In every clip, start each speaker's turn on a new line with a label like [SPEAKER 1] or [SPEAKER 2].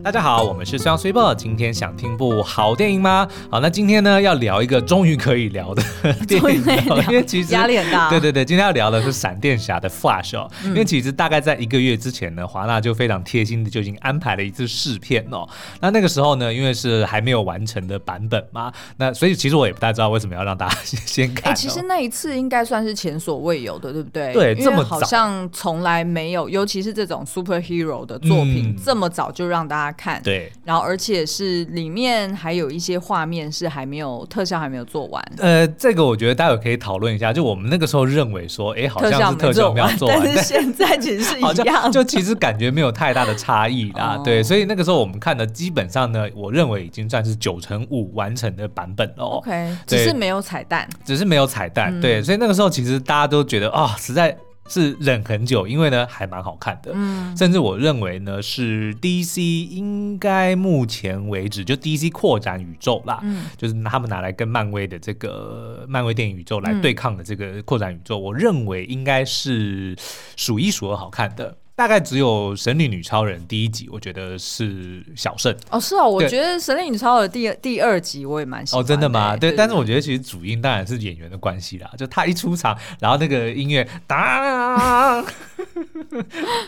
[SPEAKER 1] 大家好，我们是虽然虽报，今天想听部好电影吗？好，那今天呢要聊一个终于可以聊的 电
[SPEAKER 2] 终于
[SPEAKER 1] 影
[SPEAKER 2] 可以
[SPEAKER 1] 了，
[SPEAKER 2] 聊
[SPEAKER 1] 因为其实
[SPEAKER 2] 压力很大嗯
[SPEAKER 1] 对对对，今天要聊的是《闪电侠》的 Flash 哦，因为其实大概在一个月之前呢，华纳就非常贴心的就已经安排了一次试片哦。那那个时候呢，因为是还没有完成的版本嘛，那所以其实我也不太知道为什么要让大家先先
[SPEAKER 2] 哎、
[SPEAKER 1] 看、哦。
[SPEAKER 2] 其实那一次应该算是前所未有的，对不对？
[SPEAKER 1] 对
[SPEAKER 2] 因为
[SPEAKER 1] 这么早
[SPEAKER 2] 好像从来没有，尤其是这种 superhero 的作品，
[SPEAKER 1] 嗯
[SPEAKER 2] 这么早就让大家看。
[SPEAKER 1] 对。
[SPEAKER 2] 然后，而且是里面还有一些画面是还没有特效还没有做完，
[SPEAKER 1] 呃，这个我觉得待会可以讨论一下。就我们那个时候认为说，哎，好像是
[SPEAKER 2] 效没
[SPEAKER 1] 特效没有
[SPEAKER 2] 完，
[SPEAKER 1] 做完，
[SPEAKER 2] 但是现在其实是 一
[SPEAKER 1] 好像
[SPEAKER 2] 样。
[SPEAKER 1] 就其实感觉没有太大的差异啦。
[SPEAKER 2] 哦
[SPEAKER 1] 对，所以那个时候我们看的基本上呢，我认为已经算是九成五完成的版本了哦，
[SPEAKER 2] OK，只
[SPEAKER 1] 对
[SPEAKER 2] 是没有彩蛋。
[SPEAKER 1] 只是没有彩蛋。
[SPEAKER 2] 嗯
[SPEAKER 1] 对，所以那个时候其实大家都觉得啊、实在是忍很久，因为呢还蛮好看的。
[SPEAKER 2] 嗯，
[SPEAKER 1] 甚至我认为呢，是 DC 应该目前为止就 DC 扩展宇宙啦，
[SPEAKER 2] 嗯
[SPEAKER 1] 就是他们拿来跟漫威的这个漫威电影宇宙来
[SPEAKER 2] 嗯
[SPEAKER 1] 对抗的这个扩展宇宙，我认为应该是数一数二好看的。大概只有《神力女超人》第一集，我觉得是小胜
[SPEAKER 2] 哦，是哦，我
[SPEAKER 1] 对
[SPEAKER 2] 觉得《神力女超人》第第二集我也蛮喜欢欸
[SPEAKER 1] 哦，真的吗？对，
[SPEAKER 2] 对，
[SPEAKER 1] 但是我觉得其实主因当然是演员的关系啦，就他一出场，然后那个音乐当，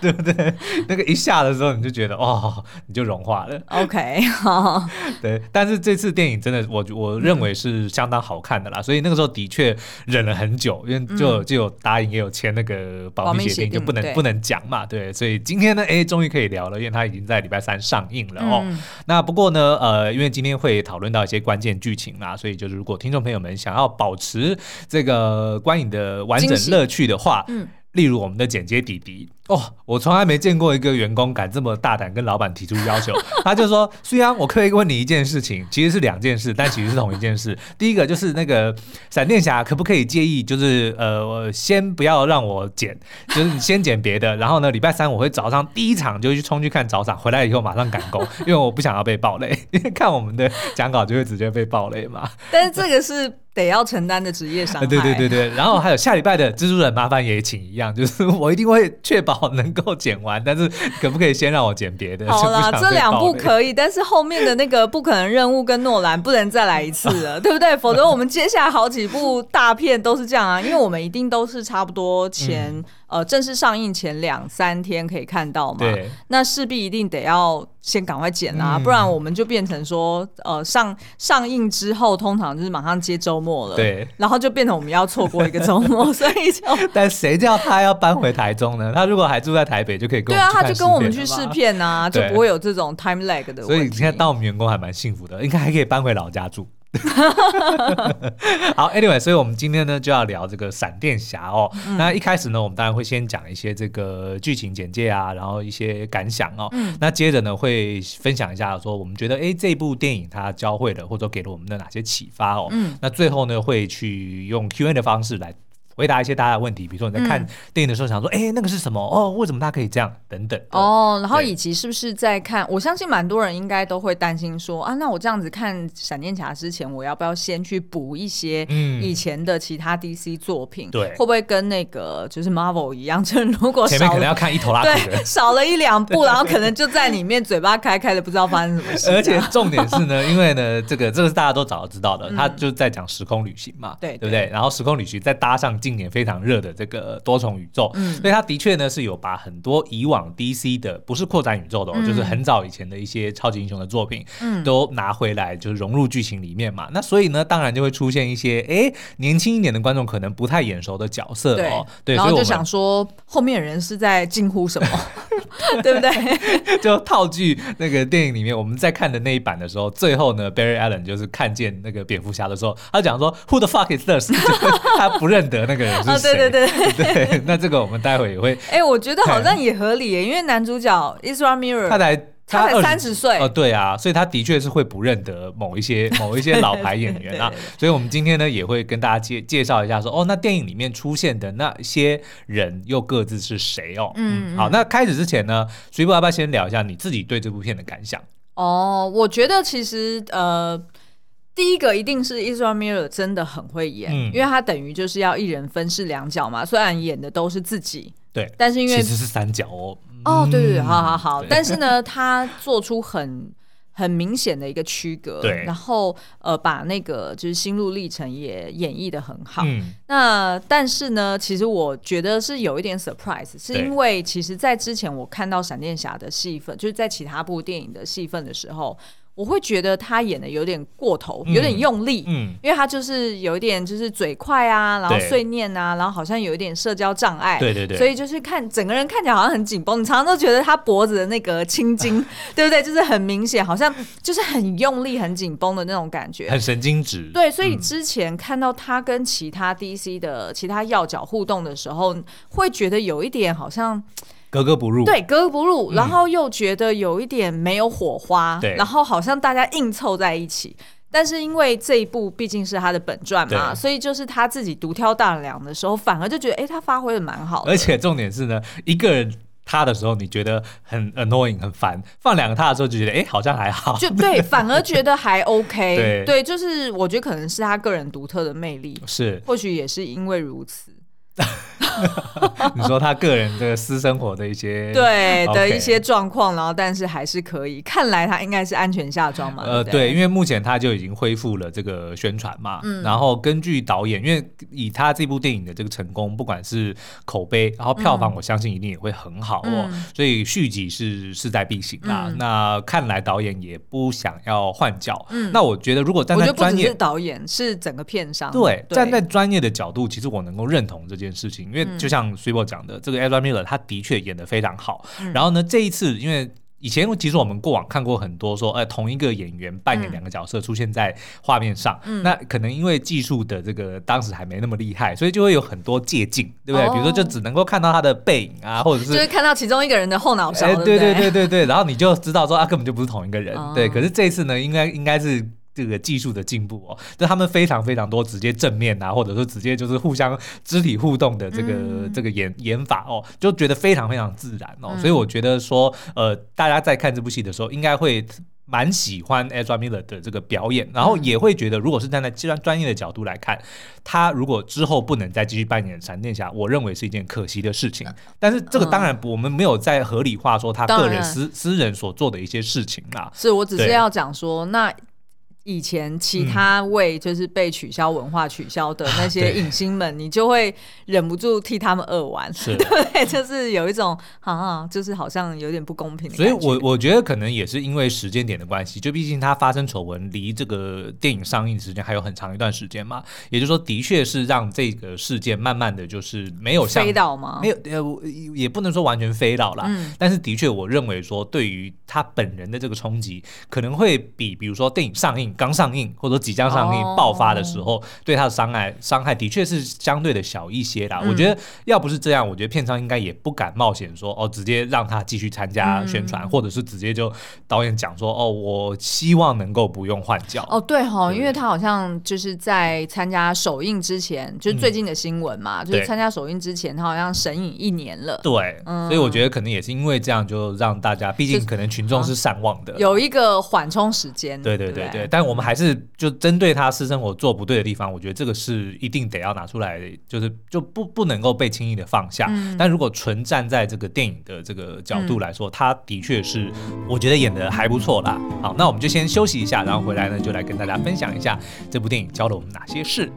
[SPEAKER 1] 对不对？那个一下的时候，你就觉得哦，你就融化了。
[SPEAKER 2] OK，好，
[SPEAKER 1] 对，但是这次电影真的，我我认为是相当好看的啦，所以那个时候的确忍了很久，因为就、就有答应也有签那个保
[SPEAKER 2] 嗯保
[SPEAKER 1] 密
[SPEAKER 2] 密
[SPEAKER 1] 协
[SPEAKER 2] 协
[SPEAKER 1] 定，就
[SPEAKER 2] 定
[SPEAKER 1] 不能
[SPEAKER 2] 对
[SPEAKER 1] 不能讲嘛，对，所以今天呢，哎，终于可以聊了，因为它已经在礼拜三上映了哦。
[SPEAKER 2] 嗯
[SPEAKER 1] 那不过呢，呃，因为今天会讨论到一些关键剧情啊啦，所以就是如果听众朋友们想要保持这个观影的完整
[SPEAKER 2] 惊喜
[SPEAKER 1] 乐趣的话，
[SPEAKER 2] 嗯
[SPEAKER 1] 例如我们的剪接弟弟哦，我从来没见过一个员工敢这么大胆跟老板提出要求。 他就说，虽然我可以问你一件事情，其实是两件事，但其实是同一件事。第一个就是那个闪电侠可不可以介意，就是呃，我先不要让我剪，就是你先剪别的，然后呢，礼拜三我会早上第一场就去冲去看早场，回来以后马上赶 工，因为我不想要被暴雷， 因为看我们的讲稿就会直接被暴雷嘛。
[SPEAKER 2] 但是这个是得要承担的职业伤 害。
[SPEAKER 1] 对对对对，然后还有下礼拜的蜘蛛人，麻烦也请一样，就是我一定会确保能够剪完，但是可不可以先让我剪别的？
[SPEAKER 2] 好啦，
[SPEAKER 1] 了，
[SPEAKER 2] 这两部可以，但是后面的那个不可能任务跟诺兰不能再来一次 了，对不对？否则我们接下来好几部大片都是这样啊，因为我们一定都是差不多前、
[SPEAKER 1] 嗯
[SPEAKER 2] 呃正式上映前两三天可以看到嘛，
[SPEAKER 1] 对，
[SPEAKER 2] 那势必一定得要先赶快剪啦、啊
[SPEAKER 1] 嗯
[SPEAKER 2] 不然我们就变成说呃上上映之后通常就是马上接周末了，
[SPEAKER 1] 对，
[SPEAKER 2] 然后就变成我们要错过一个周 末，所以就
[SPEAKER 1] 但谁叫他要搬回台中呢？他如果还住在台北，就可以跟
[SPEAKER 2] 对
[SPEAKER 1] 我
[SPEAKER 2] 啊，
[SPEAKER 1] 们
[SPEAKER 2] 他就跟我们去
[SPEAKER 1] 试
[SPEAKER 2] 试。片啊，就
[SPEAKER 1] 对
[SPEAKER 2] 不会有这种 time lag 的问
[SPEAKER 1] 所
[SPEAKER 2] 题。
[SPEAKER 1] 以你看，当我们员工还蛮幸福的，应该还可以搬回老家住。 好，Anyway，所以我们今天呢就要聊这个闪电侠哦。
[SPEAKER 2] 嗯
[SPEAKER 1] 那一开始呢，我们当然会先讲一些这个剧情简介啊，然后一些感想哦。
[SPEAKER 2] 嗯
[SPEAKER 1] 那接着呢会分享一下说我们觉得诶这部电影它教会了或者给了我们的哪些启发哦。
[SPEAKER 2] 嗯
[SPEAKER 1] 那最后呢会去用 Q&A 的方式来。回答一些大家的问题，比如说你在看
[SPEAKER 2] 嗯
[SPEAKER 1] 电影的时候想说，诶，那个是什么？哦，为什么它可以这样？等等。哦，
[SPEAKER 2] 哦，然后
[SPEAKER 1] 对
[SPEAKER 2] 以及是不是在看？我相信蛮多人应该都会担心说啊，那我这样子看闪电侠之前，我要不要先去补一些
[SPEAKER 1] 嗯
[SPEAKER 2] 以前的其他 DC 作品？
[SPEAKER 1] 对
[SPEAKER 2] 会不会跟那个就是 Marvel 一样，就是如果
[SPEAKER 1] 嗯前面可
[SPEAKER 2] 少
[SPEAKER 1] 能
[SPEAKER 2] 了
[SPEAKER 1] 要看一头拉苦的
[SPEAKER 2] 对 少了一两 部，然后可能就在里面嘴巴开开的，不知道发生什么事。啊
[SPEAKER 1] 而且重点是 呢，因为呢，这个这个是大家都早就知道的，他就在讲时空旅行嘛，
[SPEAKER 2] 嗯对
[SPEAKER 1] 对不对？然后时空旅行再搭上近年非常热的这个多重宇宙，
[SPEAKER 2] 嗯
[SPEAKER 1] 所以他的确呢是有把很多以往 DC 的不是扩展宇宙的、哦，
[SPEAKER 2] 嗯
[SPEAKER 1] 就是很早以前的一些超级英雄的作品，都拿回来就是融入剧情里面嘛。那所以呢，当然就会出现一些哎年轻一点的观众可能不太眼熟的角色
[SPEAKER 2] 对
[SPEAKER 1] 哦，对，
[SPEAKER 2] 然
[SPEAKER 1] 所以
[SPEAKER 2] 后
[SPEAKER 1] 我们
[SPEAKER 2] 就想说后面的人是在近 乎什么，对不对？
[SPEAKER 1] 就套句那个电影里面，我们在看的那一版的时候，最后呢，Barry Allen 就是看见那个蝙蝠侠的时候，他讲说 “Who the fuck is this？” 就是他不认得那个人是
[SPEAKER 2] 啊，
[SPEAKER 1] 谁。
[SPEAKER 2] 对对对对。
[SPEAKER 1] 对那这个我们待会也会，
[SPEAKER 2] 哎、我觉得好像也合理耶，因为男主角 Isra
[SPEAKER 1] 他
[SPEAKER 2] Mirror
[SPEAKER 1] 才
[SPEAKER 2] 他才
[SPEAKER 1] 20
[SPEAKER 2] 三十岁
[SPEAKER 1] 哦，，对啊，所以他的确是会不认得某一些 某一些老牌演员啊
[SPEAKER 2] 对对，
[SPEAKER 1] 所以我们今天呢也会跟大家介介绍一下说，哦，那电影里面出现的那些人又各自是谁哦。
[SPEAKER 2] 嗯嗯
[SPEAKER 1] 好，那开始之前呢，随波要不要先聊一下你自己对这部片的感想？
[SPEAKER 2] 哦，我觉得其实呃，第一个一定是 Isra Mirror 真的很会演，
[SPEAKER 1] 嗯
[SPEAKER 2] 因为他等于就是要一人分饰两角嘛，虽然演的都是自己，
[SPEAKER 1] 对，
[SPEAKER 2] 但是因为
[SPEAKER 1] 其实是三角哦，嗯
[SPEAKER 2] 哦，对对对，好好好。
[SPEAKER 1] 对
[SPEAKER 2] 但是呢，他做出很很明显的一个区隔，
[SPEAKER 1] 对
[SPEAKER 2] 然后呃，把那个就是心路历程也演绎的很好。
[SPEAKER 1] 嗯，
[SPEAKER 2] 那但是呢，其实我觉得是有一点 surprise，是
[SPEAKER 1] 对
[SPEAKER 2] 因为其实，在之前我看到闪电侠的戏份，就是在其他部电影的戏份的时候，我会觉得他演的有点过头，有点用力。
[SPEAKER 1] 嗯，
[SPEAKER 2] 因为他就是有一点就是嘴快啊，然后
[SPEAKER 1] 对
[SPEAKER 2] 碎念啊，然后好像有一点社交障碍，
[SPEAKER 1] 对对对
[SPEAKER 2] 所以就是看整个人看起来好像很紧绷，你常常都觉得他脖子的那个青筋，对不对？就是很明显，好像就是很用力、很紧绷的那种感觉。
[SPEAKER 1] 很神经质，
[SPEAKER 2] 对，所以
[SPEAKER 1] 嗯
[SPEAKER 2] 之前看到他跟其他 DC 的其他要角互动的时候，会觉得有一点好像
[SPEAKER 1] 格格不入，嗯
[SPEAKER 2] 对格格不入，然后又觉得有一点没有火花，
[SPEAKER 1] 对
[SPEAKER 2] 然后好像大家硬凑在一起。但是因为这一部毕竟是他的本传嘛，
[SPEAKER 1] 对
[SPEAKER 2] 所以就是他自己独挑大梁的时候，反而就觉得哎、诶他发挥的蛮好的。
[SPEAKER 1] 而且重点是呢，一个人他的时候你觉得很 annoying 很烦，放两个他的时候就觉得哎、诶好像还好，
[SPEAKER 2] 就对，反而觉得还 OK。
[SPEAKER 1] 对
[SPEAKER 2] 就是我觉得可能是他个人独特的魅力，
[SPEAKER 1] 是
[SPEAKER 2] 或许也是因为如此，
[SPEAKER 1] 你说他个人的私生活的一些
[SPEAKER 2] 对啊
[SPEAKER 1] OK
[SPEAKER 2] 的一些状况，然后但是还是可以。看来他应该是安全下装嘛。
[SPEAKER 1] 呃，
[SPEAKER 2] 不
[SPEAKER 1] 对，因为目前他就已经恢复了这个宣传嘛，
[SPEAKER 2] 嗯
[SPEAKER 1] 然后根据导演，因为以他这部电影的这个成功，不管是口碑，然后票房，我相信一定也会很好哦，
[SPEAKER 2] 嗯
[SPEAKER 1] 所以续集是势在必行啦。
[SPEAKER 2] 嗯
[SPEAKER 1] 那看来导演也不想要换角，
[SPEAKER 2] 嗯
[SPEAKER 1] 那我觉得如果站
[SPEAKER 2] 我觉
[SPEAKER 1] 在
[SPEAKER 2] 得不
[SPEAKER 1] 专
[SPEAKER 2] 只
[SPEAKER 1] 业
[SPEAKER 2] 是导演，是整个片商。
[SPEAKER 1] 对，站在专业的角度，其实我能够认同这件事情，因
[SPEAKER 2] 嗯
[SPEAKER 1] 为就像 s u p e 讲的，这个 Ezra Miller 他的确演得非常好。
[SPEAKER 2] 嗯
[SPEAKER 1] 然后呢，这一次因为。以前其实我们过往看过很多说，呃，同一个演员扮演
[SPEAKER 2] 嗯
[SPEAKER 1] 两个角色出现在画面上，那可能因为技术的这个当时还没那么厉害，所以就会有很多借镜，对不对？比如说就
[SPEAKER 2] 哦
[SPEAKER 1] 只能够看到他的背影啊，或者
[SPEAKER 2] 就是看到其中一个人的后脑勺，
[SPEAKER 1] 哎，
[SPEAKER 2] 不
[SPEAKER 1] 对
[SPEAKER 2] 对
[SPEAKER 1] 对对对，然后你就知道说啊，根本就不是同一个人。
[SPEAKER 2] 哦
[SPEAKER 1] 对，可是这一次呢，应该应该是。这个技术的进步哦，就他们非常非常多直接正面啊，或者说直接就是互相肢体互动的这个、
[SPEAKER 2] 嗯
[SPEAKER 1] 这个演演法哦，就觉得非常非常自然哦，
[SPEAKER 2] 嗯
[SPEAKER 1] 所以我觉得说，呃，大家在看这部戏的时候，应该会蛮喜欢 Ezra Miller 的这个表演，然后
[SPEAKER 2] 嗯
[SPEAKER 1] 也会觉得，如果是站在专专业的角度来看，他如果之后不能再继续扮演闪电侠，我认为是一件可惜的事情。但是这个当然不，我们没有在合理化说他个
[SPEAKER 2] 嗯当
[SPEAKER 1] 人
[SPEAKER 2] 然
[SPEAKER 1] 私私人所做的一些事情啦。
[SPEAKER 2] 是我只是
[SPEAKER 1] 对嗯
[SPEAKER 2] 要讲说那。以前其他为就是被取消文化取消的 那些
[SPEAKER 1] 对
[SPEAKER 2] 影星们，你就会忍不住替他们恶玩，
[SPEAKER 1] 是
[SPEAKER 2] 对不 对？就是有一种啊，就是好像有点不公平的
[SPEAKER 1] 所以
[SPEAKER 2] 感觉。
[SPEAKER 1] 我我觉得可能也是因为时间点的关系，就毕竟它发生丑闻离这个电影上映时间还有很长一段时间嘛，也就是说，的确是让这个事件慢慢的就是没有像
[SPEAKER 2] 飞到吗？
[SPEAKER 1] 没有呃，我也不能说完全飞到啦，
[SPEAKER 2] 啊嗯
[SPEAKER 1] 但是的确，我认为说对于他本人的这个冲击，可能会比比如说电影上映刚上映或者即将上映
[SPEAKER 2] 哦
[SPEAKER 1] 爆发的时候，对他的伤害伤害的确是相对的小一些
[SPEAKER 2] 嗯
[SPEAKER 1] 啦。我觉得要不是这样，我觉得片商应该也不敢冒险说哦，直接让他继续参
[SPEAKER 2] 嗯
[SPEAKER 1] 加宣传，或者是直接就导演讲说哦，我希望能够不用换角。
[SPEAKER 2] 哦，对哈，
[SPEAKER 1] 对
[SPEAKER 2] 因为他好像就是在参加首映之前，就是最近的新闻嘛，就
[SPEAKER 1] 嗯对
[SPEAKER 2] 是参加首映之前，他好像神隐一年了。
[SPEAKER 1] 对，
[SPEAKER 2] 嗯
[SPEAKER 1] 所以我觉得可能也是因为这样，就让大家，毕
[SPEAKER 2] 就
[SPEAKER 1] 竟
[SPEAKER 2] 是啊
[SPEAKER 1] 可能群众是善忘的，
[SPEAKER 2] 有一个缓冲时间。
[SPEAKER 1] 对对
[SPEAKER 2] 对
[SPEAKER 1] 对
[SPEAKER 2] 不
[SPEAKER 1] 对，但我们还是就针对他私生活做不对的地方，我觉得这个是一定得要拿出来，就是就不不能够被轻易的放下。
[SPEAKER 2] 嗯
[SPEAKER 1] 但如果纯站在这个电影的这个角度来说，他的确是我觉得演的还不错啦。好，那我们就先休息一下，然后回来呢就来跟大家分享一下这部电影教了我们哪些事。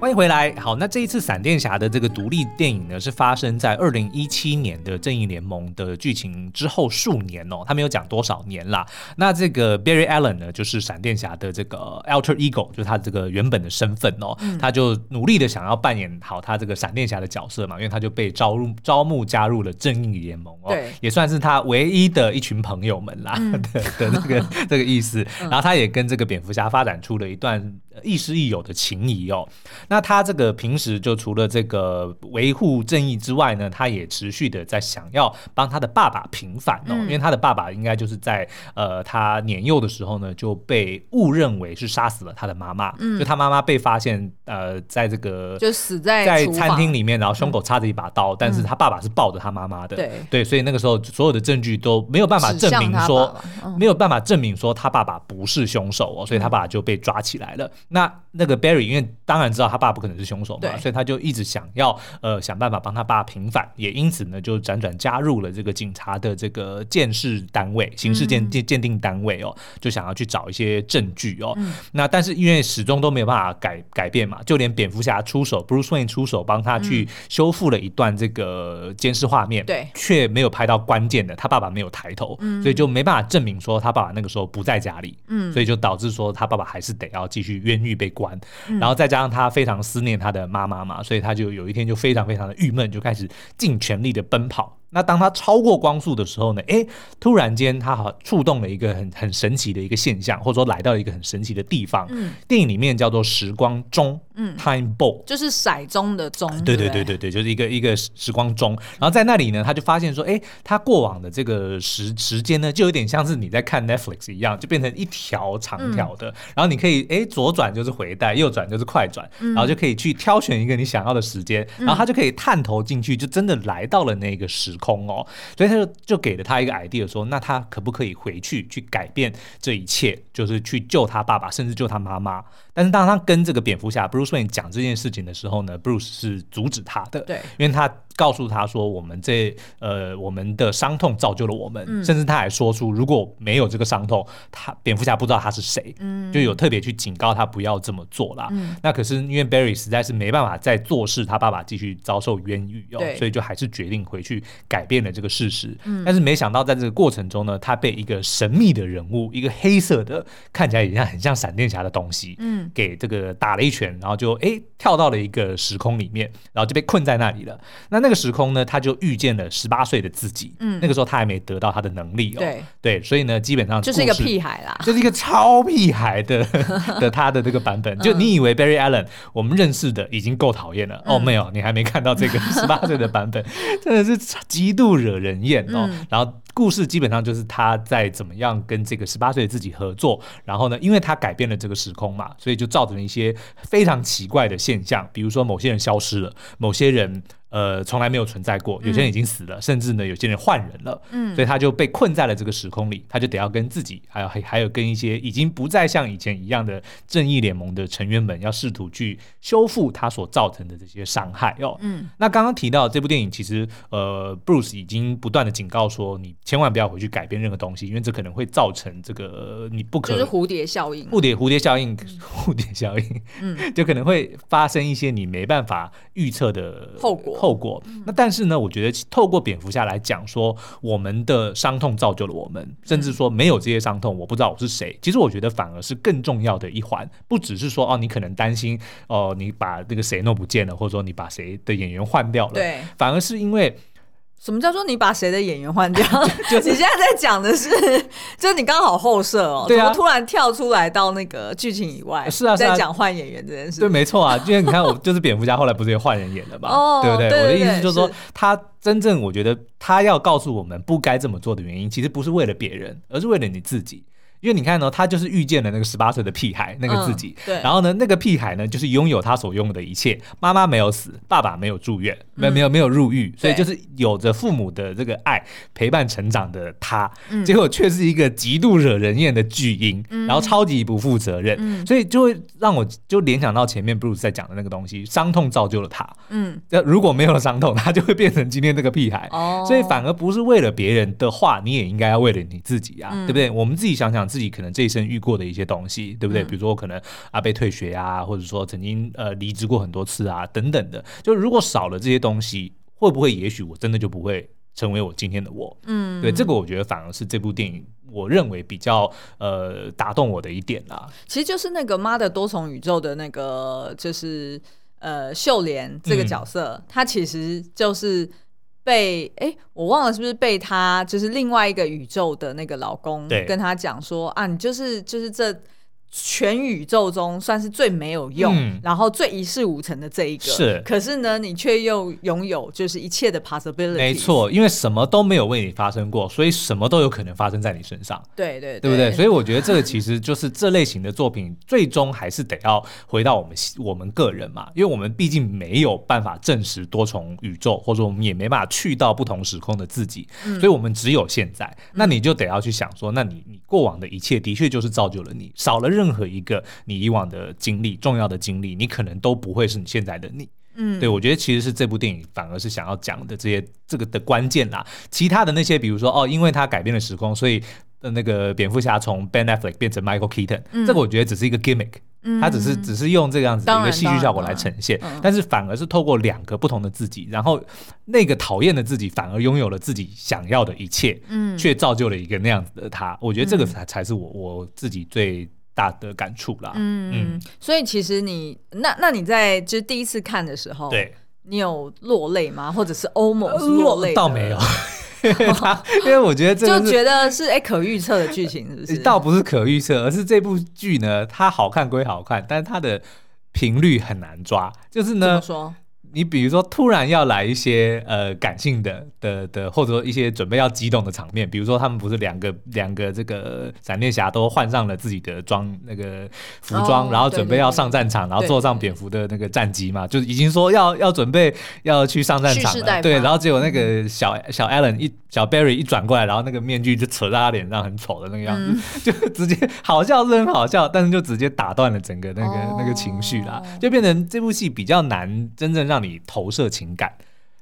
[SPEAKER 1] 欢迎回来。好，那这一次闪电侠的这个独立电影呢，是发生在二零一七年的《正义联盟》的剧情之后数年哦，他没有讲多少年啦。那这个 Barry Allen 呢，就是闪电侠的这个 alter ego，就是他这个原本的身份哦，他就努力的想要扮演好他这个闪电侠的角色嘛，因为他就被招入招募加入了正义联盟哦
[SPEAKER 2] 对，
[SPEAKER 1] 也算是他唯一的一群朋友们啦、 的的那个这个意思。然后他也跟这个蝙蝠侠发展出了一段呃亦师亦友的情谊哦。那他这个平时就除了这个维护正义之外呢，他也持续的在想要帮他的爸爸平反哦，
[SPEAKER 2] 嗯
[SPEAKER 1] 因为他的爸爸应该就是在呃他年幼的时候呢就被误认为是杀死了他的妈妈，就他妈妈被发现呃在这个
[SPEAKER 2] 嗯就死在
[SPEAKER 1] 在
[SPEAKER 2] 厨
[SPEAKER 1] 餐
[SPEAKER 2] 房嗯
[SPEAKER 1] 厅里面，然后胸口插着一把刀，但是他爸爸是抱着他妈妈的，
[SPEAKER 2] 对
[SPEAKER 1] 所以那个时候所有的证据都没有办法
[SPEAKER 2] 指
[SPEAKER 1] 证
[SPEAKER 2] 向
[SPEAKER 1] 明
[SPEAKER 2] 他
[SPEAKER 1] 说
[SPEAKER 2] 爸爸嗯嗯
[SPEAKER 1] 没有办法证明说他爸爸不是凶手哦，所以他爸爸就被抓起来了。那那个 Barry 因为当然知道他爸不可能是凶手嘛，
[SPEAKER 2] 对
[SPEAKER 1] 所以他就一直想要呃想办法帮他爸平反，也因此呢就辗转加入了这个警察的这个鉴识单位、刑事
[SPEAKER 2] 嗯
[SPEAKER 1] 鉴鉴鉴定单位哦，就想要去找一些证据哦。
[SPEAKER 2] 嗯
[SPEAKER 1] 那但是因为始终都没有办法改改变嘛，就连蝙蝠侠出手，Bruce Wayne 出手帮他
[SPEAKER 2] 嗯
[SPEAKER 1] 去修复了一段这个监视画面，
[SPEAKER 2] 对
[SPEAKER 1] 却没有拍到关键的，他爸爸没有抬头，所以就没办法证明说他爸爸那个时候不在家里，
[SPEAKER 2] 嗯
[SPEAKER 1] 所以就导致说他爸爸还是得要继续冤狱被关，
[SPEAKER 2] 嗯
[SPEAKER 1] 然后再加上他非常思念他的妈妈嘛，所以他就有一天就非常非常的郁闷，就开始尽全力的奔跑。那当他超过光速的时候呢？诶，突然间他好触动了一个很很神奇的一个现象，或者说来到一个很神奇的地方。
[SPEAKER 2] 嗯
[SPEAKER 1] 电影里面叫做时光钟，
[SPEAKER 2] 嗯
[SPEAKER 1] t i m e ball。
[SPEAKER 2] 就是骰盅的盅，
[SPEAKER 1] 对
[SPEAKER 2] 对
[SPEAKER 1] 对
[SPEAKER 2] 不
[SPEAKER 1] 对，对对，就是一个一个时时光钟，然后在那里呢，他就发现说，哎，他过往的这个时时间呢，就有点像是你在看 Netflix 一样，就变成一条长条的，然后你可以哎左转就是回带，右转就是快转，然后就可以去挑选一个你想要的时间，然后他就可以探头进去，就真的来到了那个时空哦，所以他就就给了他一个 idea 说，那他可不可以回去去改变这一切，就是去救他爸爸，甚至救他妈妈？但是当他跟这个蝙蝠侠 Bruce Wayne 讲这件事情的时候呢，Bruce 是阻止他的，
[SPEAKER 2] 对
[SPEAKER 1] 因为他告诉他说，我们这呃我们的伤痛造就了我们，
[SPEAKER 2] 嗯
[SPEAKER 1] 甚至他还说出如果没有这个伤痛，他蝙蝠侠不知道他是谁，
[SPEAKER 2] 嗯
[SPEAKER 1] 就有特别去警告他不要这么做啦。那可是因为 Barry 实在是没办法再做事，他爸爸继续遭受冤狱哦
[SPEAKER 2] 对，
[SPEAKER 1] 所以就还是决定回去改变了这个事实。
[SPEAKER 2] 嗯
[SPEAKER 1] 但是没想到在这个过程中呢，他被一个神秘的人物，一个黑色的看起来也像很像闪电侠的东西，
[SPEAKER 2] 嗯
[SPEAKER 1] 给这个打了一拳，然后就诶跳到了一个时空里面，然后就被困在那里了。那那个时空呢，他就遇见了十八岁的自己，
[SPEAKER 2] 嗯
[SPEAKER 1] 那个时候他还没得到他的能力哦，
[SPEAKER 2] 对
[SPEAKER 1] 所以呢，基本上
[SPEAKER 2] 就是一个
[SPEAKER 1] 哦故事
[SPEAKER 2] 屁孩啦，
[SPEAKER 1] 这是一个超屁孩的的他的这个版本，就你以为 Barry Allen 我们认识的已经够讨厌了、哦，没有，你还没看到这个十八岁的版本，真的是极度惹人厌哦。然后故事基本上就是他在怎么样跟这个十八岁的自己合作，然后呢，因为他改变了这个时空嘛，所以就造成了一些非常奇怪的现象，比如说某些人消失了，某些人。呃，从来没有存在过，有些人已经死了，甚至呢，有些人换人了，
[SPEAKER 2] 嗯
[SPEAKER 1] 所以他就被困在了这个时空里，他就得要跟自己，还有还还有跟一些已经不再像以前一样的正义联盟的成员们，要试图去修复他所造成的这些伤害哦。
[SPEAKER 2] 嗯，
[SPEAKER 1] 那刚刚提到这部电影，其实呃，Bruce 已经不断的警告说，你千万不要回去改变任何东西，因为这可能会造成这个呃你不可
[SPEAKER 2] 就是蝴蝶效应，
[SPEAKER 1] 蝴蝶蝴蝶效应，蝴蝶效应，
[SPEAKER 2] 嗯
[SPEAKER 1] 就可能会发生一些你没办法预测的
[SPEAKER 2] 后果嗯
[SPEAKER 1] 后果。那但是呢，我觉得透过蝙蝠侠来讲说，我们的伤痛造就了我们，甚
[SPEAKER 2] 嗯
[SPEAKER 1] 至说没有这些伤痛，我不知道我是谁。其实我觉得反而是更重要的一环，不只是说哦，你可能担心哦，你把那个谁弄不见了，或者说你把谁的演员换掉了，
[SPEAKER 2] 对，
[SPEAKER 1] 反而是因为
[SPEAKER 2] 什么叫做你把谁的演员换 掉？ 你现在在讲的是， 就是你刚好后设哦，
[SPEAKER 1] 对啊
[SPEAKER 2] 怎么突然跳出来到那个剧情以外，
[SPEAKER 1] 是啊是啊
[SPEAKER 2] 在讲换演员这件事
[SPEAKER 1] 对，。没错啊，因为你看，我就是蝙蝠侠后来不是也换人演了嘛，
[SPEAKER 2] 哦
[SPEAKER 1] 对不对？
[SPEAKER 2] 对对
[SPEAKER 1] 我的意思就是说
[SPEAKER 2] 对是，
[SPEAKER 1] 他真正我觉得他要告诉我们不该这么做的原因，其实不是为了别人，而是为了你自己。因为你看哦呢，他就是遇见了那个十八岁的屁孩，那个自己。
[SPEAKER 2] 嗯对
[SPEAKER 1] 然后呢，那个屁孩呢，就是拥有他所拥有的一切，妈妈没有死，爸爸没有住院，没有没有没有入狱，所以就是有着父母的这个爱陪伴成长的他，结果却是一个极度惹人厌的巨婴，然后超级不负责任，所以就会让我就联想到前面 Bruce 在讲的那个东西，伤痛造就了他。
[SPEAKER 2] 嗯，
[SPEAKER 1] 那如果没有了伤痛，他就会变成今天这个屁孩。
[SPEAKER 2] 哦，
[SPEAKER 1] 所以反而不是为了别人的话，你也应该要为了你自己啊，对
[SPEAKER 2] 嗯
[SPEAKER 1] 不对？我们自己想想自己可能这一生遇过的一些东西，对不对？
[SPEAKER 2] 嗯
[SPEAKER 1] 比如说我可能啊被退学啊，或者说曾经呃离职过很多次啊，等等的。就如果少了这些东西，会不会也许我真的就不会成为我今天的我？
[SPEAKER 2] 嗯，
[SPEAKER 1] 对，这个我觉得反而是这部电影我认为比较呃打动我的一点啊啦。
[SPEAKER 2] 其实就是那个妈的多重宇宙的那个，就是呃秀莲
[SPEAKER 1] 嗯
[SPEAKER 2] 这个角色，她其实就是被哎，我忘了是不是被她就是另外一个宇宙的那个老公
[SPEAKER 1] 对
[SPEAKER 2] 跟她讲说啊，你就是就是这。全宇宙中算是最没有用，
[SPEAKER 1] 嗯
[SPEAKER 2] 然后最一事无成的这一个，
[SPEAKER 1] 是
[SPEAKER 2] 可是呢，你却又拥有就是一切的 possibility。
[SPEAKER 1] 没，错，因为什么都没有为你发生过，所以什么都有可能发生在你身上。
[SPEAKER 2] 对对
[SPEAKER 1] 对不对？所以我觉得这个其实就是这类型的作品，最终还是得要回到我们我们个人嘛，因为我们毕竟没有办法证实多重宇宙，或者我们也没办法去到不同时空的自己，
[SPEAKER 2] 嗯
[SPEAKER 1] 所以我们只有现在。那你就得要去想说，那你你过往的一切的确就是造就了你，少了任任何一个你以往的经历、重要的经历，你可能都不会是你现在的你。
[SPEAKER 2] 嗯
[SPEAKER 1] 对，我觉得其实是这部电影反而是想要讲的这些这个的关键啦。其他的那些，比如说哦，因为它改变了时空，所以。呃那个蝙蝠侠从 Ben Affleck 变成 Michael Keaton，、
[SPEAKER 2] 嗯
[SPEAKER 1] 这个我觉得只是一个 gimmick，
[SPEAKER 2] 嗯
[SPEAKER 1] 他只是只是用这样子的一
[SPEAKER 2] 当
[SPEAKER 1] 个
[SPEAKER 2] 然
[SPEAKER 1] 戏剧效果来呈现
[SPEAKER 2] 当然当然，嗯
[SPEAKER 1] 但是反而是透过两个不同的自己，然后那个讨厌的自己反而拥有了自己想要的一切，
[SPEAKER 2] 嗯
[SPEAKER 1] 却造就了一个那样子的他。我觉得这个
[SPEAKER 2] 嗯
[SPEAKER 1] 才才是我我自己最大的感触啦。
[SPEAKER 2] 嗯，嗯所以其实你那那你在就是第一次看的时候，
[SPEAKER 1] 对，
[SPEAKER 2] 你有落泪吗？或者是 almost 呃落
[SPEAKER 1] 落
[SPEAKER 2] 泪？
[SPEAKER 1] 倒 没有，， 因为他因为我觉得这
[SPEAKER 2] 就
[SPEAKER 1] 个是。
[SPEAKER 2] 觉得是哎、可预测的剧情，是不是？
[SPEAKER 1] 倒不是可预测，而是这部剧呢，它好看归好看，但是它的频率很难抓。就是
[SPEAKER 2] 怎么
[SPEAKER 1] 呢，
[SPEAKER 2] 说？
[SPEAKER 1] 你比如说突然要来一些呃感性的的的，或者说一些准备要激动的场面，比如说他们不是两个两个这个闪电侠都换上了自己的装那个服装，
[SPEAKER 2] 哦
[SPEAKER 1] 然后准备要
[SPEAKER 2] 对对对
[SPEAKER 1] 上战场，然后
[SPEAKER 2] 对
[SPEAKER 1] 坐上蝙蝠的那个战机嘛，就是已经说要要准备要去上战场
[SPEAKER 2] 蓄势待
[SPEAKER 1] 了，
[SPEAKER 2] 发嗯
[SPEAKER 1] 对，然后结果那个小小 Allen 一小 Barry 一转过来，然后那个面具就扯在他脸上，很丑的那个样
[SPEAKER 2] 嗯
[SPEAKER 1] 子， 就直接好笑是很好笑，但是就直接打断了整个那个、
[SPEAKER 2] 哦
[SPEAKER 1] 那个情绪啦，就变成这部戏比较难真正让你投射情感。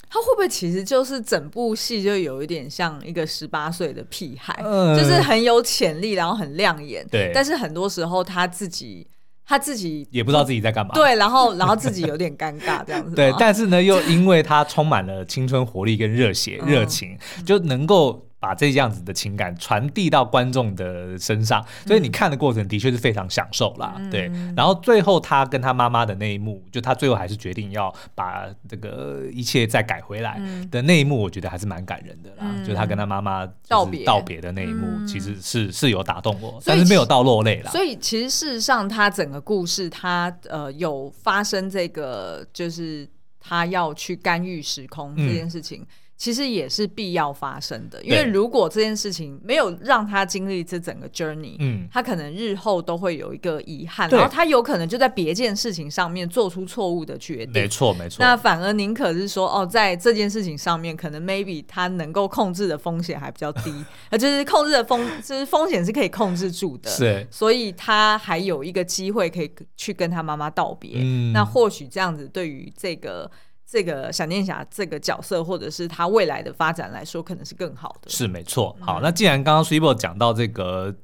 [SPEAKER 2] 他会不会其实就是整部戏就有一点像一个十八岁的屁孩，
[SPEAKER 1] 呃
[SPEAKER 2] 就是很有潜力，然后很亮眼，
[SPEAKER 1] 对
[SPEAKER 2] 但是很多时候他自己他自 己
[SPEAKER 1] 也不知道自己在干嘛。
[SPEAKER 2] 对，然后然后自己有点尴尬这样 子吗。
[SPEAKER 1] 对但是呢，又因为它充满了青春活力跟热血、
[SPEAKER 2] 嗯
[SPEAKER 1] 热情，就能够把这样子的情感传递到观众的身上，所以你看的过程的确是非常享受啦。
[SPEAKER 2] 嗯
[SPEAKER 1] 对，然后最后他跟他妈妈的那一幕，就他最后还是决定要把这个一切再改回来
[SPEAKER 2] 嗯
[SPEAKER 1] 的那一幕，我觉得还是蛮感人的啦。
[SPEAKER 2] 嗯
[SPEAKER 1] 就他跟他妈妈就是
[SPEAKER 2] 道别
[SPEAKER 1] 道别的那一幕，
[SPEAKER 2] 嗯
[SPEAKER 1] 其实是是有打动我，
[SPEAKER 2] 所
[SPEAKER 1] 但
[SPEAKER 2] 以
[SPEAKER 1] 是没有到落泪啦。
[SPEAKER 2] 所以其实事实上，他整个故事，他呃有发生这个，就是他要去干预时空这件事情，其实也是必要发生的。因为
[SPEAKER 1] 嗯对
[SPEAKER 2] 如果这件事情没有让他经历这整个 journey，
[SPEAKER 1] 嗯
[SPEAKER 2] 他可能日后都会有一个遗憾，
[SPEAKER 1] 对
[SPEAKER 2] 然后他有可能就在别件事情上面做出错误的决
[SPEAKER 1] 没
[SPEAKER 2] 定。
[SPEAKER 1] 错，没错。
[SPEAKER 2] 那反而宁可是说，哦，在这件事情上面，可能 maybe 他能够控制的风险还比较低， 呃，就是控制的风，就是风险是可以控制住的。
[SPEAKER 1] 是
[SPEAKER 2] 所以他还有一个机会可以去跟他妈妈道别。
[SPEAKER 1] 嗯
[SPEAKER 2] 那或许这样子对于这个这个闪电侠这个角色，或者是他未来的发展来说，可能是更好的。嗯
[SPEAKER 1] 是没错。好，那既然刚刚 s u i b o 讲到这个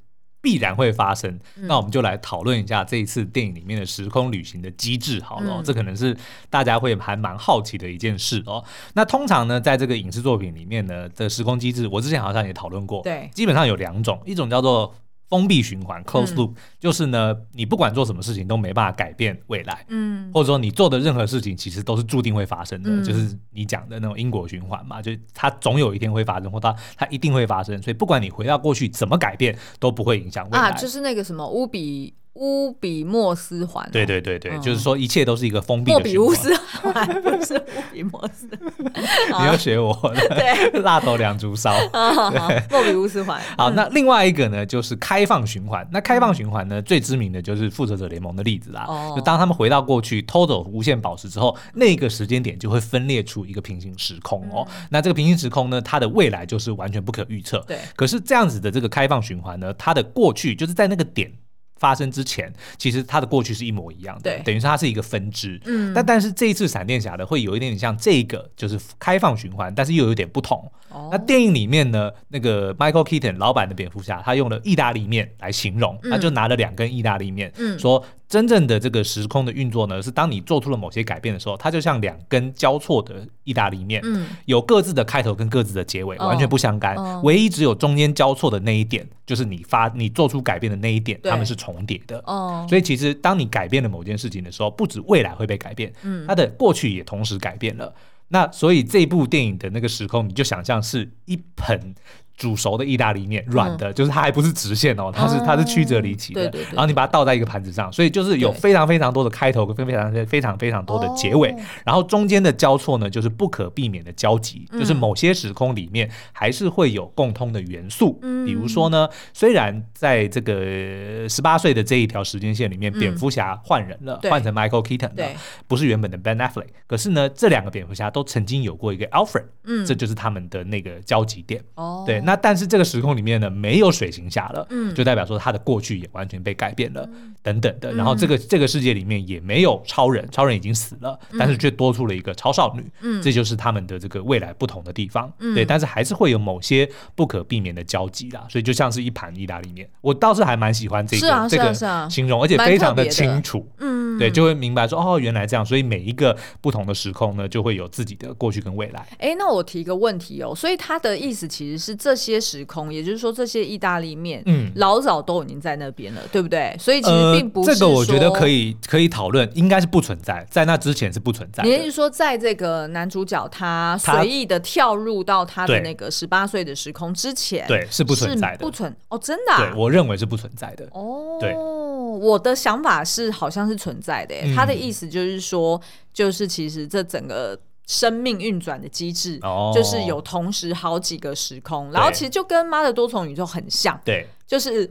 [SPEAKER 1] 必然会发生，
[SPEAKER 2] 嗯
[SPEAKER 1] 那我们就来讨论一下这一次电影里面的时空旅行的机制好了哦、
[SPEAKER 2] 嗯
[SPEAKER 1] 这可能是大家会还蛮好奇的一件事哦。那通常呢，在这个影视作品里面呢的时空机制，我之前好像也讨论过，
[SPEAKER 2] 对
[SPEAKER 1] 基本上有两种，一种叫做。封闭循环 （close
[SPEAKER 2] 嗯
[SPEAKER 1] loop）、就是呢，你不管做什么事情都没办法改变未来，
[SPEAKER 2] 嗯
[SPEAKER 1] 或者说你做的任何事情，其实都是注定会发生的，
[SPEAKER 2] 嗯
[SPEAKER 1] 就是你讲的那种因果循环嘛，就是它总有一天会发生，或它它一定会发生，所以不管你回到过去怎么改变，都不会影响未来。
[SPEAKER 2] 啊，就是那个什么乌比乌比莫斯环、
[SPEAKER 1] 对。对对对，
[SPEAKER 2] 嗯
[SPEAKER 1] 就是说一切都是一个封闭
[SPEAKER 2] 莫
[SPEAKER 1] 的
[SPEAKER 2] 比
[SPEAKER 1] 循
[SPEAKER 2] 乌
[SPEAKER 1] 环。
[SPEAKER 2] 斯环不是乌比莫 斯，
[SPEAKER 1] 你要学我，
[SPEAKER 2] 对，
[SPEAKER 1] 辣头两烛烧。
[SPEAKER 2] 啊好好莫比乌斯环。
[SPEAKER 1] 好，那另外一个呢，就是开放循环。那开放循环呢，最知名的就是复仇者联盟的例子啦。
[SPEAKER 2] 哦
[SPEAKER 1] 就当他们回到过去偷走无限宝石之后，那个时间点就会分裂出一个平行时空哦。那这个平行时空呢，它的未来就是完全不可预测。
[SPEAKER 2] 对
[SPEAKER 1] 可是这样子的这个开放循环呢，它的过去就是在那个点。发生之前，其实它的过去是一模一样的
[SPEAKER 2] 对，
[SPEAKER 1] 等于说它是一个分支。嗯，但但是这一次闪电侠的会有一点点像这个，就是开放循环，但是又有点不同。
[SPEAKER 2] 哦
[SPEAKER 1] 那电影里面呢，那个 Michael Keaton 老版的蝙蝠侠，他用了意大利面来形容，他就拿了两根意大利面，
[SPEAKER 2] 嗯
[SPEAKER 1] 说真正的这个时空的运作呢，是当你做出了某些改变的时候，它就像两根交错的意大利面，
[SPEAKER 2] 嗯
[SPEAKER 1] 有各自的开头跟各自的结尾，
[SPEAKER 2] 哦
[SPEAKER 1] 完全不相干，
[SPEAKER 2] 哦
[SPEAKER 1] 唯一只有中间交错的那一点，就是你发你做出改变的那一点，
[SPEAKER 2] 对
[SPEAKER 1] 它们是重叠的。
[SPEAKER 2] 哦，
[SPEAKER 1] 所以其实当你改变了某件事情的时候，不止未来会被改变，
[SPEAKER 2] 嗯
[SPEAKER 1] 它的过去也同时改变了。那所以这部电影的那个时空，你就想象是一盆煮熟的意大利面，软的，就是它还不是直线哦，它是它是曲折离奇的。
[SPEAKER 2] 嗯啊对对对
[SPEAKER 1] 然后你把它倒在一个盘子上，所以就是有
[SPEAKER 2] 对
[SPEAKER 1] 非常非常多的开头跟非常非常非常多的结尾，
[SPEAKER 2] 哦
[SPEAKER 1] 然后中间的交错呢，就是不可避免的交集，
[SPEAKER 2] 嗯
[SPEAKER 1] 就是某些时空里面还是会有共通的元素。
[SPEAKER 2] 嗯
[SPEAKER 1] 比如说呢，虽然在这个十八岁的这一条时间线里面，
[SPEAKER 2] 嗯
[SPEAKER 1] 蝙蝠侠换人了，
[SPEAKER 2] 对
[SPEAKER 1] 换成 Michael Keaton 了
[SPEAKER 2] 对，
[SPEAKER 1] 不是原本的 Ben Affleck。可是呢，这两个蝙蝠侠都曾经有过一个 Alfred，
[SPEAKER 2] 嗯
[SPEAKER 1] 这就是他们的那个交集点。
[SPEAKER 2] 哦
[SPEAKER 1] 对，那但是这个时空里面呢，没有水行侠了，
[SPEAKER 2] 嗯
[SPEAKER 1] 就代表说他的过去也完全被改变了，等等的。然后
[SPEAKER 2] 嗯
[SPEAKER 1] 这个这个世界里面也没有超人，超人已经死了，但是却多出了一个超少女，
[SPEAKER 2] 嗯
[SPEAKER 1] 这就是他们的这个未来不同的地方，
[SPEAKER 2] 嗯
[SPEAKER 1] 对。但是还是会有某些不可避免的交集啦，所以就像是一盘意大利面，我倒是还蛮喜欢这
[SPEAKER 2] 是啊
[SPEAKER 1] 个
[SPEAKER 2] 是
[SPEAKER 1] 这
[SPEAKER 2] 啊
[SPEAKER 1] 个
[SPEAKER 2] 是啊
[SPEAKER 1] 形容，而且
[SPEAKER 2] 蛮
[SPEAKER 1] 非
[SPEAKER 2] 特
[SPEAKER 1] 常的
[SPEAKER 2] 别的
[SPEAKER 1] 清楚，
[SPEAKER 2] 嗯，
[SPEAKER 1] 对，就会明白说哦，原来这样，所以每一个不同的时空呢，就会有自己的过去跟未来。
[SPEAKER 2] 哎，那我提一个问题哦，所以他的意思其实是这些时空，也就是说这些意大利面，
[SPEAKER 1] 嗯呃
[SPEAKER 2] 老早都已经在那边了，对不对？所以其实并不是、
[SPEAKER 1] 这个我觉得可。以可以讨论，应该是不存在，在那之前是不存在
[SPEAKER 2] 你的意思
[SPEAKER 1] 的。
[SPEAKER 2] 说，在这个男主角他
[SPEAKER 1] 他
[SPEAKER 2] 随意的跳入到他的
[SPEAKER 1] 对
[SPEAKER 2] 那个十八岁的时空之前，
[SPEAKER 1] 对，是
[SPEAKER 2] 是
[SPEAKER 1] 不存在的
[SPEAKER 2] 不。存哦，真的、啊
[SPEAKER 1] 对，，我认为是不存在的。
[SPEAKER 2] 哦，
[SPEAKER 1] 对
[SPEAKER 2] 我的想法是好像是存在的耶、
[SPEAKER 1] 嗯
[SPEAKER 2] 他的意思就是说，就是其实这整个生命运转的机制，
[SPEAKER 1] 哦
[SPEAKER 2] 就是有同时好几个时空，然后
[SPEAKER 1] 对
[SPEAKER 2] 其实就跟《妈的多重宇宙》很像，
[SPEAKER 1] 对，
[SPEAKER 2] 就是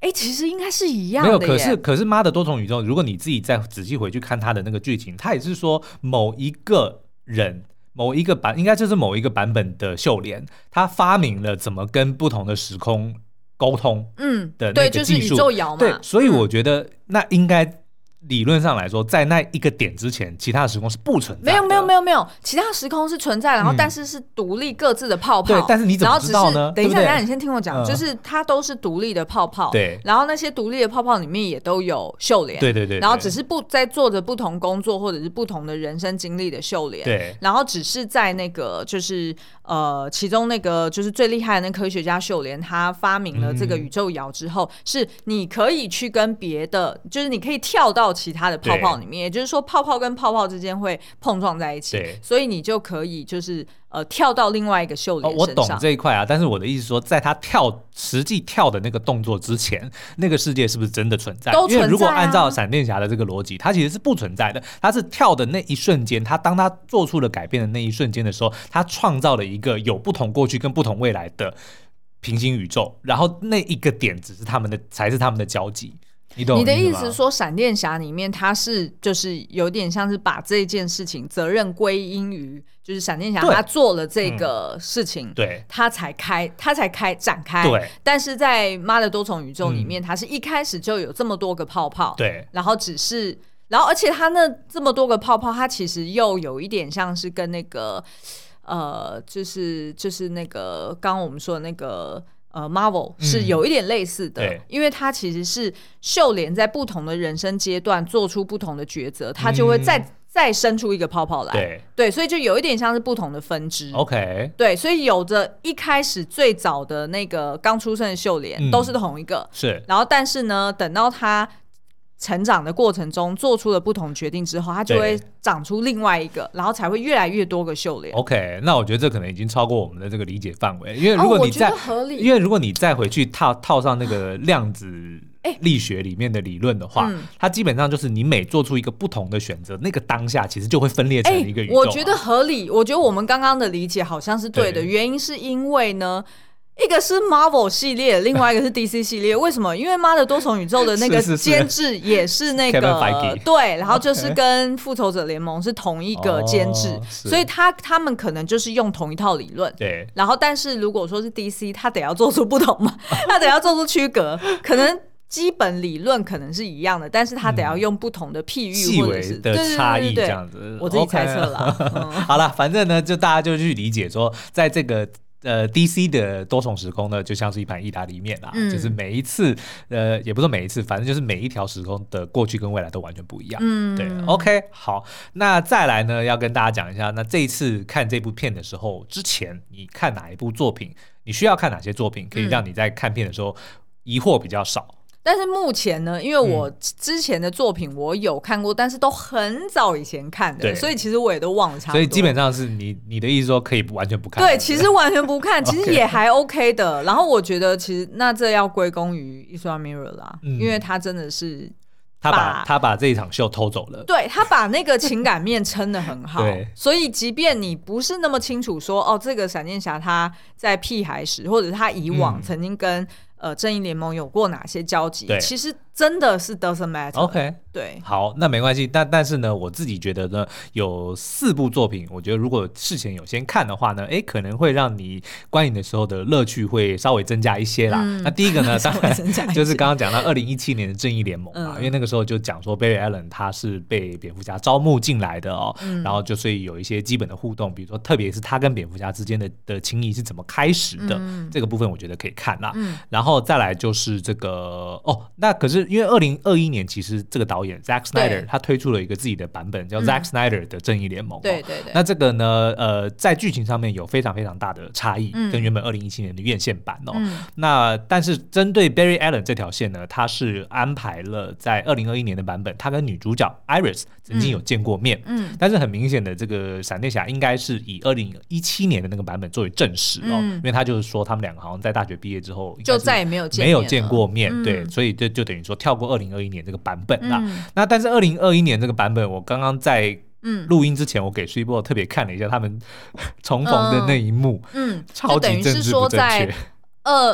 [SPEAKER 2] 哎、其实应该是一样
[SPEAKER 1] 没
[SPEAKER 2] 的
[SPEAKER 1] 有。可
[SPEAKER 2] 耶。
[SPEAKER 1] 是可是，妈的多重宇宙，如果你自己再仔细回去看它的那个剧情，它也是说某一个人。某一个版应该就是某一个版本的秀莲，他发明了怎么跟不同的时空沟通，
[SPEAKER 2] 嗯，
[SPEAKER 1] 的那
[SPEAKER 2] 对，
[SPEAKER 1] 个
[SPEAKER 2] 就是
[SPEAKER 1] 技
[SPEAKER 2] 宇
[SPEAKER 1] 术
[SPEAKER 2] 宙摇嘛，
[SPEAKER 1] 对，所以
[SPEAKER 2] 嗯
[SPEAKER 1] 我觉得那应该理论上来说，在那一个点之前，其他的时空是不存在的。
[SPEAKER 2] 没有没有没
[SPEAKER 1] 有。
[SPEAKER 2] 有没有，其他时空是存在，然后
[SPEAKER 1] 嗯
[SPEAKER 2] 但是是独立各自的泡泡。
[SPEAKER 1] 对但是你怎么
[SPEAKER 2] 然后只
[SPEAKER 1] 知
[SPEAKER 2] 是
[SPEAKER 1] 道呢
[SPEAKER 2] 等一下，
[SPEAKER 1] 对不对
[SPEAKER 2] 等一下，你先听我讲，
[SPEAKER 1] 嗯
[SPEAKER 2] 就是它都是独立的泡泡。
[SPEAKER 1] 对
[SPEAKER 2] 然后那些独立的泡泡里面也都有秀莲。
[SPEAKER 1] 对对对对
[SPEAKER 2] 然后只是不在做着不同工作或者是不同的人生经历的秀莲。。
[SPEAKER 1] 对
[SPEAKER 2] 然后只是在那个就是呃，其中那个就是最厉害的那科学家秀莲，他发明了
[SPEAKER 1] 嗯
[SPEAKER 2] 这个宇宙摇之后，是你可以去跟别的，就是你可以跳到其他的泡泡里面，也就是说泡泡跟泡泡之间会碰撞在一起
[SPEAKER 1] 对，
[SPEAKER 2] 所以你就可以就是呃跳到另外一个秀
[SPEAKER 1] 哦，
[SPEAKER 2] 莲
[SPEAKER 1] 我
[SPEAKER 2] 身
[SPEAKER 1] 懂
[SPEAKER 2] 上。
[SPEAKER 1] 这一块啊，但是我的意思说，在他跳实际跳的那个动作之前，那个世界是不是真的存在？
[SPEAKER 2] 都存在啊
[SPEAKER 1] 因为如果按照闪电侠的这个逻辑，它其实是不存在的。它是跳的那一瞬间，他当他做出了改变的那一瞬间的时候，他创造了一个有不同过去跟不同未来的平行宇宙，然后那一个点只是他们的才是他们的交集。你懂
[SPEAKER 2] 你
[SPEAKER 1] 我
[SPEAKER 2] 的意
[SPEAKER 1] 吗
[SPEAKER 2] 思说，闪电侠里面他是就是有点像是把这件事情责任归因于，就是闪电侠
[SPEAKER 1] 对
[SPEAKER 2] 他做了这个事情，
[SPEAKER 1] 对，
[SPEAKER 2] 他才开，他才开展开。
[SPEAKER 1] 对，
[SPEAKER 2] 但是在《妈的多重宇宙》里面，他是一开始就有这么多个泡泡，，
[SPEAKER 1] 对，
[SPEAKER 2] 然后只是，然后而且他那这么多个泡泡，他其实又有一点像是跟那个，呃，就是就是那个刚刚我们说的那个。呃，Marvel
[SPEAKER 1] 嗯
[SPEAKER 2] 是有一点类似的，
[SPEAKER 1] 对
[SPEAKER 2] 因为它其实是秀莲在不同的人生阶段做出不同的抉择，它就会再、再生出一个泡泡来，
[SPEAKER 1] 嗯对哦
[SPEAKER 2] 所以就有一点像是不同的分支。
[SPEAKER 1] ，OK，
[SPEAKER 2] 对，所以有着一开始最早的那个刚出生的秀莲、
[SPEAKER 1] 嗯
[SPEAKER 2] 都是同一个，
[SPEAKER 1] 是
[SPEAKER 2] 然后但是呢，等到他成长的过程中做出了不同决定之后，他就会
[SPEAKER 1] 对哦
[SPEAKER 2] 长出另外一个，然后才会越来越多个秀莲。
[SPEAKER 1] OK。那我觉得这可能已经超过我们的这个理解范围，因为
[SPEAKER 2] 哦
[SPEAKER 1] 如果
[SPEAKER 2] 我
[SPEAKER 1] 你
[SPEAKER 2] 觉
[SPEAKER 1] 再、
[SPEAKER 2] 得合理
[SPEAKER 1] 因为如果你再回去套套上那个量子
[SPEAKER 2] 哎
[SPEAKER 1] 力学里面的理论的话，
[SPEAKER 2] 嗯
[SPEAKER 1] 它基本上就是你每做出一个不同的选择，那个当下其实就会分裂成
[SPEAKER 2] 哎
[SPEAKER 1] 一个宇宙啊、
[SPEAKER 2] 我觉得合理。我觉得我们刚刚的理解好像是对的，
[SPEAKER 1] 对
[SPEAKER 2] 原因是因为呢。一个是 Marvel 系列，另外一个 是 DC 系列。为什么？因为《妈的多重宇宙》的那个
[SPEAKER 1] 是是是
[SPEAKER 2] 监制也是那
[SPEAKER 1] Kevin
[SPEAKER 2] 个
[SPEAKER 1] Feige
[SPEAKER 2] 对，然后就是跟《复仇者联盟》是同一个监制，
[SPEAKER 1] 哦是
[SPEAKER 2] 所以他他们可能就是用同一套理论。
[SPEAKER 1] 对。
[SPEAKER 2] 然后，但是如果说是 DC，他得要做出不同 嘛，他得要做出区隔，可能。基本理论可能是一样的，但是他得要用不同的譬喻
[SPEAKER 1] 细
[SPEAKER 2] 或者
[SPEAKER 1] 微
[SPEAKER 2] 是
[SPEAKER 1] 的
[SPEAKER 2] 对对对
[SPEAKER 1] 差
[SPEAKER 2] 对
[SPEAKER 1] 异
[SPEAKER 2] 对
[SPEAKER 1] 这样子，
[SPEAKER 2] 我自己猜测
[SPEAKER 1] OK
[SPEAKER 2] 啦。嗯
[SPEAKER 1] 好了，反正呢，就大家就去理解说，在这个。呃，DC 的多重时空呢，就像是一盘意大利面啦，啊
[SPEAKER 2] 嗯
[SPEAKER 1] 就是每一次，呃，也不是每一次，反正就是每一条时空的过去跟未来都完全不一样。
[SPEAKER 2] 嗯
[SPEAKER 1] 对，OK，好，那再来呢，要跟大家讲一下，那这一次看这部片的时候，之前你看哪一部作品，你需要看哪些作品，可以
[SPEAKER 2] 嗯
[SPEAKER 1] 让你在看片的时候疑惑比较少。
[SPEAKER 2] 但是目前呢，因为我之前的作品我有看过，但是都很早以前看的，
[SPEAKER 1] 对
[SPEAKER 2] 所以其实我也都忘了
[SPEAKER 1] 所
[SPEAKER 2] 差不多。
[SPEAKER 1] 以基本上是你你的意思说可以不完全不看。
[SPEAKER 2] 对，其实完全不看，其实
[SPEAKER 1] OK
[SPEAKER 2] 也还 OK 的。然后我觉得其实那这要归功于伊 s a Mirror 啦，
[SPEAKER 1] 嗯
[SPEAKER 2] 因为他真的是
[SPEAKER 1] 他
[SPEAKER 2] 把
[SPEAKER 1] 把他把这一场秀偷走了。
[SPEAKER 2] 对他把那个情感面撑得很好
[SPEAKER 1] 对，
[SPEAKER 2] 所以即便你不是那么清楚说哦，这个闪电侠他在屁孩时，或者他以往
[SPEAKER 1] 嗯
[SPEAKER 2] 曾经跟、呃正义联盟有过哪些交集
[SPEAKER 1] 对，
[SPEAKER 2] 其实真的是 doesn't matter。
[SPEAKER 1] OK，
[SPEAKER 2] 对，
[SPEAKER 1] 好，那没关系。但但是呢，我自己觉得呢，有四部作品，我觉得如果事前有先看的话呢，诶，可能会让你观影的时候的乐趣会稍微增加一些啦。那第一个呢，当
[SPEAKER 2] 嗯 稍微
[SPEAKER 1] 然
[SPEAKER 2] 增加一些
[SPEAKER 1] 就是刚刚讲到二零一七年的《正义联盟》嘛，
[SPEAKER 2] 嗯
[SPEAKER 1] 因为那个时候就讲说 Barry Allen 他是被蝙蝠侠招募进来的哦，
[SPEAKER 2] 嗯
[SPEAKER 1] 然后就所以有一些基本的互动，比如说特别是他跟蝙蝠侠之间的的情谊是怎么开始的，
[SPEAKER 2] 嗯
[SPEAKER 1] 这个部分我觉得可以看啦。然后再来就是这个哦，那可是因为二零二一年其实这个导演 Zack
[SPEAKER 2] 对嗯
[SPEAKER 1] Snyder 他推出了一个自己的版本叫 Zack Snyder 的正义联盟、哦，
[SPEAKER 2] 对对对
[SPEAKER 1] 那这个呢，呃，在剧情上面有非常非常大的差异，
[SPEAKER 2] 嗯
[SPEAKER 1] 跟原本二零一七年的院线版哦。那但是针对 Barry Allen 这条线呢，他是安排了在二零二一年的版本，他跟女主角 Iris 曾经有见过面，嗯，但是很明显的，这个闪电侠应该是以二零一七年的那个版本作为证实哦，因为他就是说他们两个好像在大学毕业之后应该
[SPEAKER 2] 就是再也没有见
[SPEAKER 1] 没有
[SPEAKER 2] 面
[SPEAKER 1] 见
[SPEAKER 2] 了
[SPEAKER 1] 过面，对，
[SPEAKER 2] 嗯
[SPEAKER 1] 所以就就等于说跳过二零二一年这个版本啦。
[SPEAKER 2] 嗯
[SPEAKER 1] 那但是二零二一年这个版本，我刚刚在
[SPEAKER 2] 嗯
[SPEAKER 1] 录音之前，我给 s u p e 特别看了一下他们重逢的那一幕，
[SPEAKER 2] 嗯，
[SPEAKER 1] 超
[SPEAKER 2] 就等
[SPEAKER 1] 级
[SPEAKER 2] 于
[SPEAKER 1] 政
[SPEAKER 2] 是
[SPEAKER 1] 治不
[SPEAKER 2] 说
[SPEAKER 1] 正
[SPEAKER 2] 在
[SPEAKER 1] 确。
[SPEAKER 2] 二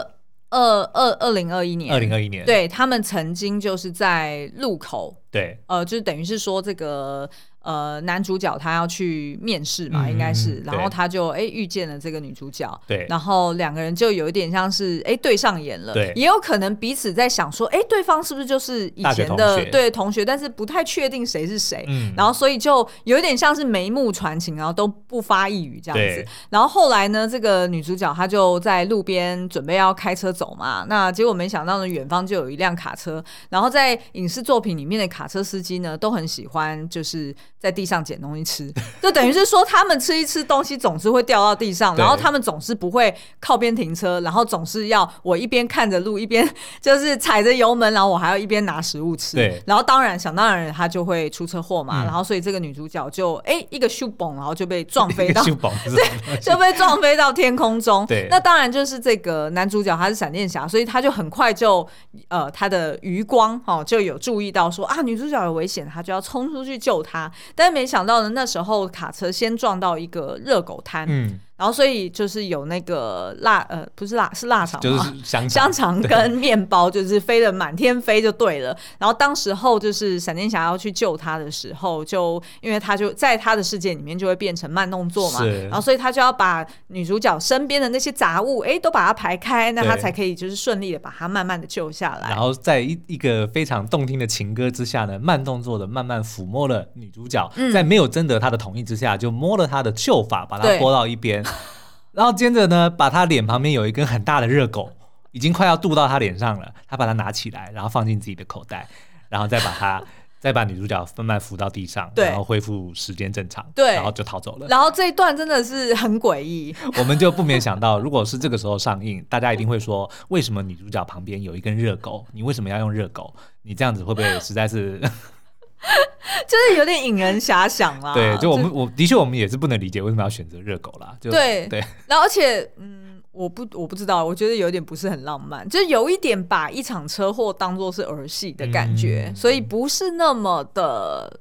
[SPEAKER 2] 二二二零二一年，
[SPEAKER 1] 二零二一年，
[SPEAKER 2] 对他们曾经就是在路口，
[SPEAKER 1] 对
[SPEAKER 2] 呃，就是等于是说这个呃男主角他要去面试嘛，
[SPEAKER 1] 嗯
[SPEAKER 2] 应该是
[SPEAKER 1] 嗯，
[SPEAKER 2] 然后
[SPEAKER 1] 对
[SPEAKER 2] 他就哎、遇见了这个女主角。
[SPEAKER 1] 对
[SPEAKER 2] 然后两个人就有一点像是哎、对上眼了，
[SPEAKER 1] 对
[SPEAKER 2] 也有可能彼此在想说，哎、对方是不是就是以
[SPEAKER 1] 大学
[SPEAKER 2] 前
[SPEAKER 1] 同
[SPEAKER 2] 的
[SPEAKER 1] 学
[SPEAKER 2] 对同学，但是不太确定谁是谁，
[SPEAKER 1] 嗯
[SPEAKER 2] 然后所以就有一点像是眉目传情，然后都不发一语这样
[SPEAKER 1] 对
[SPEAKER 2] 子。然后后来呢，这个女主角她就在路边准备要开车走嘛，那结果没想到呢，远方就有一辆卡车。然后在影视作品里面的卡车司机呢，都很喜欢就是在地上捡东西吃， 就等于是说他们吃一吃东西总是会掉到地上，
[SPEAKER 1] 对
[SPEAKER 2] 然后他们总是不会靠边停车，然后总是要我一边看着路一边就是踩着油门，然后我还要一边拿食物吃。
[SPEAKER 1] 对
[SPEAKER 2] 然后当然想当然他就会出车祸嘛，
[SPEAKER 1] 嗯
[SPEAKER 2] 然后所以这个女主角就哎、一个咻蹦，然后就被撞飞到
[SPEAKER 1] 秀宝是什么
[SPEAKER 2] 就被撞飞到天空中。
[SPEAKER 1] 对
[SPEAKER 2] 那当然就是这个男主角他是闪电侠，所以他就很快就呃他的余光哦就有注意到说啊女主角有危险，他就要冲出去救她。但是没想到呢，那时候卡车先撞到一个热狗摊，
[SPEAKER 1] 嗯，
[SPEAKER 2] 然后所以就是有那个辣呃不是辣是腊肠吗，
[SPEAKER 1] 就是香
[SPEAKER 2] 香
[SPEAKER 1] 肠，
[SPEAKER 2] 肠跟面包就是飞得满天飞就对了。然后当时候就是闪电侠要去救他的时候，就因为他就在他的世界里面就会变成慢动作嘛，
[SPEAKER 1] 是
[SPEAKER 2] 然后所以他就要把女主角身边的那些杂物，哎，都把它排开，那他
[SPEAKER 1] 对
[SPEAKER 2] 才可以就是顺利的把它慢慢的救下来
[SPEAKER 1] 然。后在一一个非常动听的情歌之下呢，慢动作的慢慢抚摸了女主角，
[SPEAKER 2] 嗯
[SPEAKER 1] 在没有征得她的同意之下，就摸了她的秀发，把她
[SPEAKER 2] 对
[SPEAKER 1] 拨到一边，然后接着呢，把她脸旁边有一根很大的热狗，已经快要渡到她脸上了，她把它拿起来，然后放进自己的口袋，然后再把它再把女主角慢慢扶到地上，
[SPEAKER 2] 对
[SPEAKER 1] 然后恢复时间正常，
[SPEAKER 2] 对
[SPEAKER 1] 然后就逃走了。
[SPEAKER 2] 然后这一段真的是很诡异，
[SPEAKER 1] 我们就不免想到，如果是这个时候上映，大家一定会说，为什么女主角旁边有一根热狗？你为什么要用热狗？你这样子会不 会实在是？。
[SPEAKER 2] 就是有点引人遐想啦
[SPEAKER 1] 对，就我们我的确我们也是不能理解为什么要选择热狗啦。就
[SPEAKER 2] 对
[SPEAKER 1] 对
[SPEAKER 2] 然后而且，嗯，我不我不知道，我觉得有点不是很浪漫，就是有一点把一场车祸当做是儿戏的感觉，
[SPEAKER 1] 嗯
[SPEAKER 2] 所以不是那么的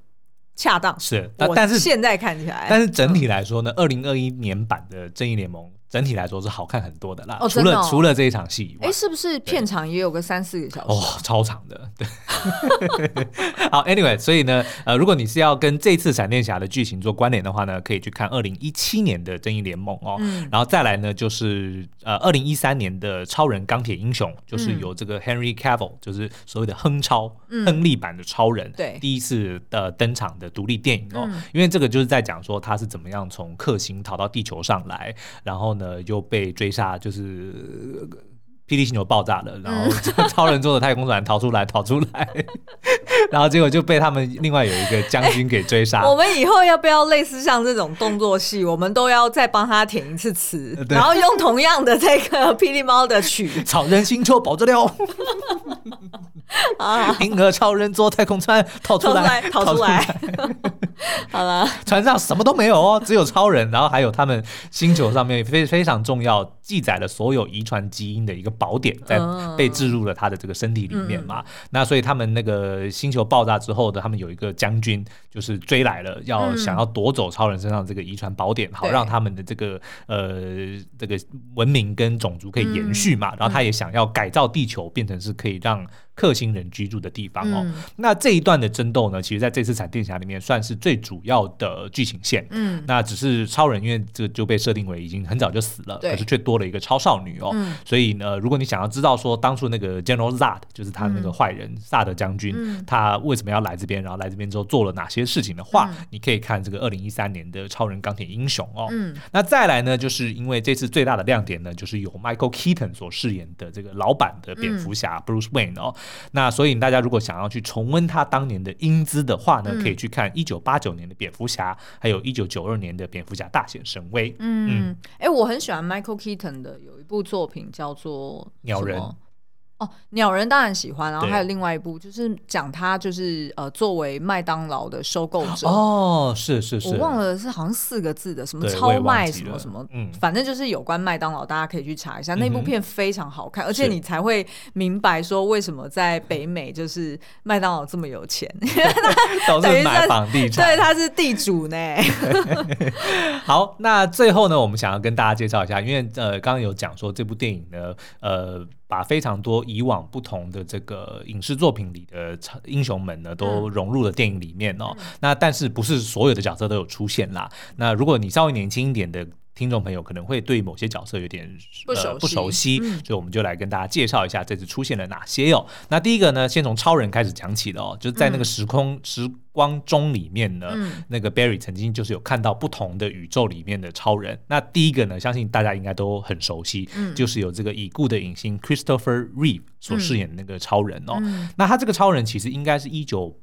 [SPEAKER 2] 恰当。
[SPEAKER 1] 是，但
[SPEAKER 2] 我
[SPEAKER 1] 但是
[SPEAKER 2] 现在嗯看起来，
[SPEAKER 1] 但是整体来说呢，二零二一年版的《正义联盟》整体来说是好看很多的啦。
[SPEAKER 2] 哦
[SPEAKER 1] 除
[SPEAKER 2] 真的
[SPEAKER 1] 了
[SPEAKER 2] 哦
[SPEAKER 1] 除了这一场戏以外
[SPEAKER 2] 哎，，是不是片场也有个三四个小时？
[SPEAKER 1] 哦，超长的，对。 好，Anyway，所以呢，呃，如果你是要跟这次闪电侠的剧情做关联的话呢，可以去看二零一七年的《正义联盟》哦，
[SPEAKER 2] 嗯
[SPEAKER 1] 然后再来呢就是呃二零一三年的《超人钢铁英雄》，
[SPEAKER 2] 嗯
[SPEAKER 1] 就是由这个 Henry Cavill，、就是所谓的亨超、亨利版的超人，
[SPEAKER 2] 对嗯
[SPEAKER 1] 第一次呃登场的独立电影哦，因为这个就是在讲说他是怎么样从克星逃到地球上来，然后呢又被追杀，就是霹雳星球爆炸了，然后
[SPEAKER 2] 嗯
[SPEAKER 1] 超人座的太空船逃出来，逃出来，然后结果就被他们另外有一个将军给追杀。
[SPEAKER 2] 哎我们以后要不要类似像这种动作戏，我们都要再帮他填一次词
[SPEAKER 1] 呃，对
[SPEAKER 2] 然后用同样的这个 霹雳猫的曲
[SPEAKER 1] 草人星球保质料，
[SPEAKER 2] 啊，
[SPEAKER 1] 银河超人座太空船逃出
[SPEAKER 2] 逃出
[SPEAKER 1] 来
[SPEAKER 2] 来，，逃出来，。好了，
[SPEAKER 1] 船上什么都没有哦，只有超人，然后还有他们星球上面非非常重要记载了所有遗传基因的一个宝典，在
[SPEAKER 2] 嗯
[SPEAKER 1] 被置入了他的这个身体里面嘛。那所以他们那个星星球爆炸之后的，他们有一个将军就是追来了，要
[SPEAKER 2] 嗯
[SPEAKER 1] 想要夺走超人身上这个遗传宝典，好
[SPEAKER 2] 对
[SPEAKER 1] 让他们的这个呃这个文明跟种族可以延续
[SPEAKER 2] 嗯
[SPEAKER 1] 嘛。然后他也想要改造地球，变成是可以让克星人居住的地方哦。
[SPEAKER 2] 嗯
[SPEAKER 1] 那这一段的争斗呢，其实在这次闪电侠里面算是最主要的剧情线。
[SPEAKER 2] 嗯
[SPEAKER 1] 那只是超人，因为这就被设定为已经很早就死了，
[SPEAKER 2] 对
[SPEAKER 1] 可是却多了一个超少女哦。
[SPEAKER 2] 嗯
[SPEAKER 1] 所以呢，如果你想要知道说当初那个 General Zod 就是他那个坏人、萨德将军，
[SPEAKER 2] 嗯
[SPEAKER 1] 他为什么要来这边，然后来这边之后做了哪些事情的话，你可以看这个二零一三年的《超人钢铁英雄》哦。
[SPEAKER 2] 嗯
[SPEAKER 1] 那再来呢，就是因为这次最大的亮点呢，就是由 Michael Keaton 所饰演的这个老版的蝙蝠
[SPEAKER 2] 嗯
[SPEAKER 1] 侠 Bruce Wayne 哦。那所以大家如果想要去重温他当年的英姿的话呢，
[SPEAKER 2] 嗯
[SPEAKER 1] 可以去看一九八九年的蝙蝠侠，还有一九九二年的蝙蝠侠大显神威。
[SPEAKER 2] 嗯，哎、我很喜欢 Michael Keaton 的有一部作品叫做《
[SPEAKER 1] 鸟人
[SPEAKER 2] 什么》。哦，鸟人当然喜欢，然后
[SPEAKER 1] 对
[SPEAKER 2] 还有另外一部，就是讲他就是呃，作为麦当劳的收购者，
[SPEAKER 1] 哦，是是是，
[SPEAKER 2] 嗯我忘了是好像四个字的，什么
[SPEAKER 1] 对我也
[SPEAKER 2] 超
[SPEAKER 1] 忘
[SPEAKER 2] 卖
[SPEAKER 1] 记
[SPEAKER 2] 什么
[SPEAKER 1] 了
[SPEAKER 2] 什么，
[SPEAKER 1] 嗯
[SPEAKER 2] 反正就是有关麦当劳，大家可以去查一下。那
[SPEAKER 1] 嗯
[SPEAKER 2] 部
[SPEAKER 1] 哼
[SPEAKER 2] 片非常好看，而且
[SPEAKER 1] 是
[SPEAKER 2] 你才会明白说为什么在北美就是麦当劳这么有 钱，因为
[SPEAKER 1] 都
[SPEAKER 2] 等于
[SPEAKER 1] 是
[SPEAKER 2] 是
[SPEAKER 1] 买房地产。
[SPEAKER 2] 对，他是地主呢。
[SPEAKER 1] 好，那最后呢，我们想要跟大家介绍一下，因为呃，刚刚有讲说这部电影呢，呃，把非常多以往不同的这个影视作品里的超英雄们呢，都融入了电影里面哦。那但是不是所有的角色都有出现啦？那如果你稍微年轻一点的。听众朋友可能会对某些角色有点
[SPEAKER 2] 不熟
[SPEAKER 1] 呃、不
[SPEAKER 2] 悉
[SPEAKER 1] 熟悉，
[SPEAKER 2] 嗯
[SPEAKER 1] 所以我们就来跟大家介绍一下这次出现了哪些哦。那第一个呢，先从超人开始讲起的哦，就是在那个时空、时光钟里面呢，
[SPEAKER 2] 嗯
[SPEAKER 1] 那个 Barry 曾经就是有看到不同的宇宙里面的超人。那第一个呢，相信大家应该都很熟悉，
[SPEAKER 2] 嗯
[SPEAKER 1] 就是有这个已故的影星 Christopher Reeve 所饰演的那个超人哦。
[SPEAKER 2] 嗯
[SPEAKER 1] 那他这个超人其实应该是一九。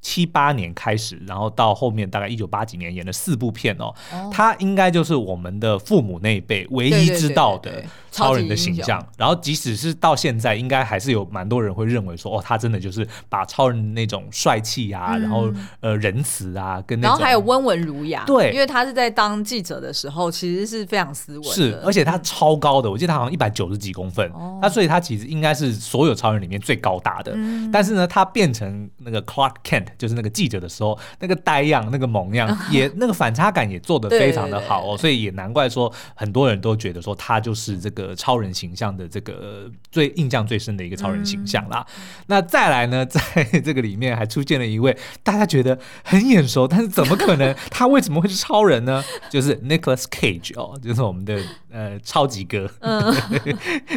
[SPEAKER 1] 七八年开始，然后到后面大概一九八几年演了四部片哦，
[SPEAKER 2] 哦
[SPEAKER 1] 他应该就是我们的父母那一辈唯
[SPEAKER 2] 对
[SPEAKER 1] 一
[SPEAKER 2] 对
[SPEAKER 1] 知
[SPEAKER 2] 对
[SPEAKER 1] 道
[SPEAKER 2] 对
[SPEAKER 1] 的
[SPEAKER 2] 对
[SPEAKER 1] 超
[SPEAKER 2] 超级
[SPEAKER 1] 人的
[SPEAKER 2] 英
[SPEAKER 1] 形
[SPEAKER 2] 雄
[SPEAKER 1] 象。然后即使是到现在，应该还是有蛮多人会认为说，哦，他真的就是把超人那种帅气啊，然后呃仁慈啊，跟那
[SPEAKER 2] 嗯然
[SPEAKER 1] 种
[SPEAKER 2] 后还有温文儒雅，
[SPEAKER 1] 对
[SPEAKER 2] 因为他是在当记者的时候，其实是非常斯文的，
[SPEAKER 1] 是，而且他超高的，我记得他好像一百九十几公分，
[SPEAKER 2] 哦
[SPEAKER 1] 他所以他其实应该是所有超人里面最高大的。
[SPEAKER 2] 嗯
[SPEAKER 1] 但是呢，他变成那个 Clark Kent，就是那个记者的时候，那个呆样、那个萌样， 也那个反差感也做得非常的好哦，所以也难怪说很多人都觉得说他就是这个超人形象的这个呃最印象最深的一个超人形象啦。那再来呢，在这个里面还出现了一位大家觉得很眼熟，但是怎么可能他为什么会是超人呢？就是 Nicholas Cage 哦，就是我们的呃超级哥，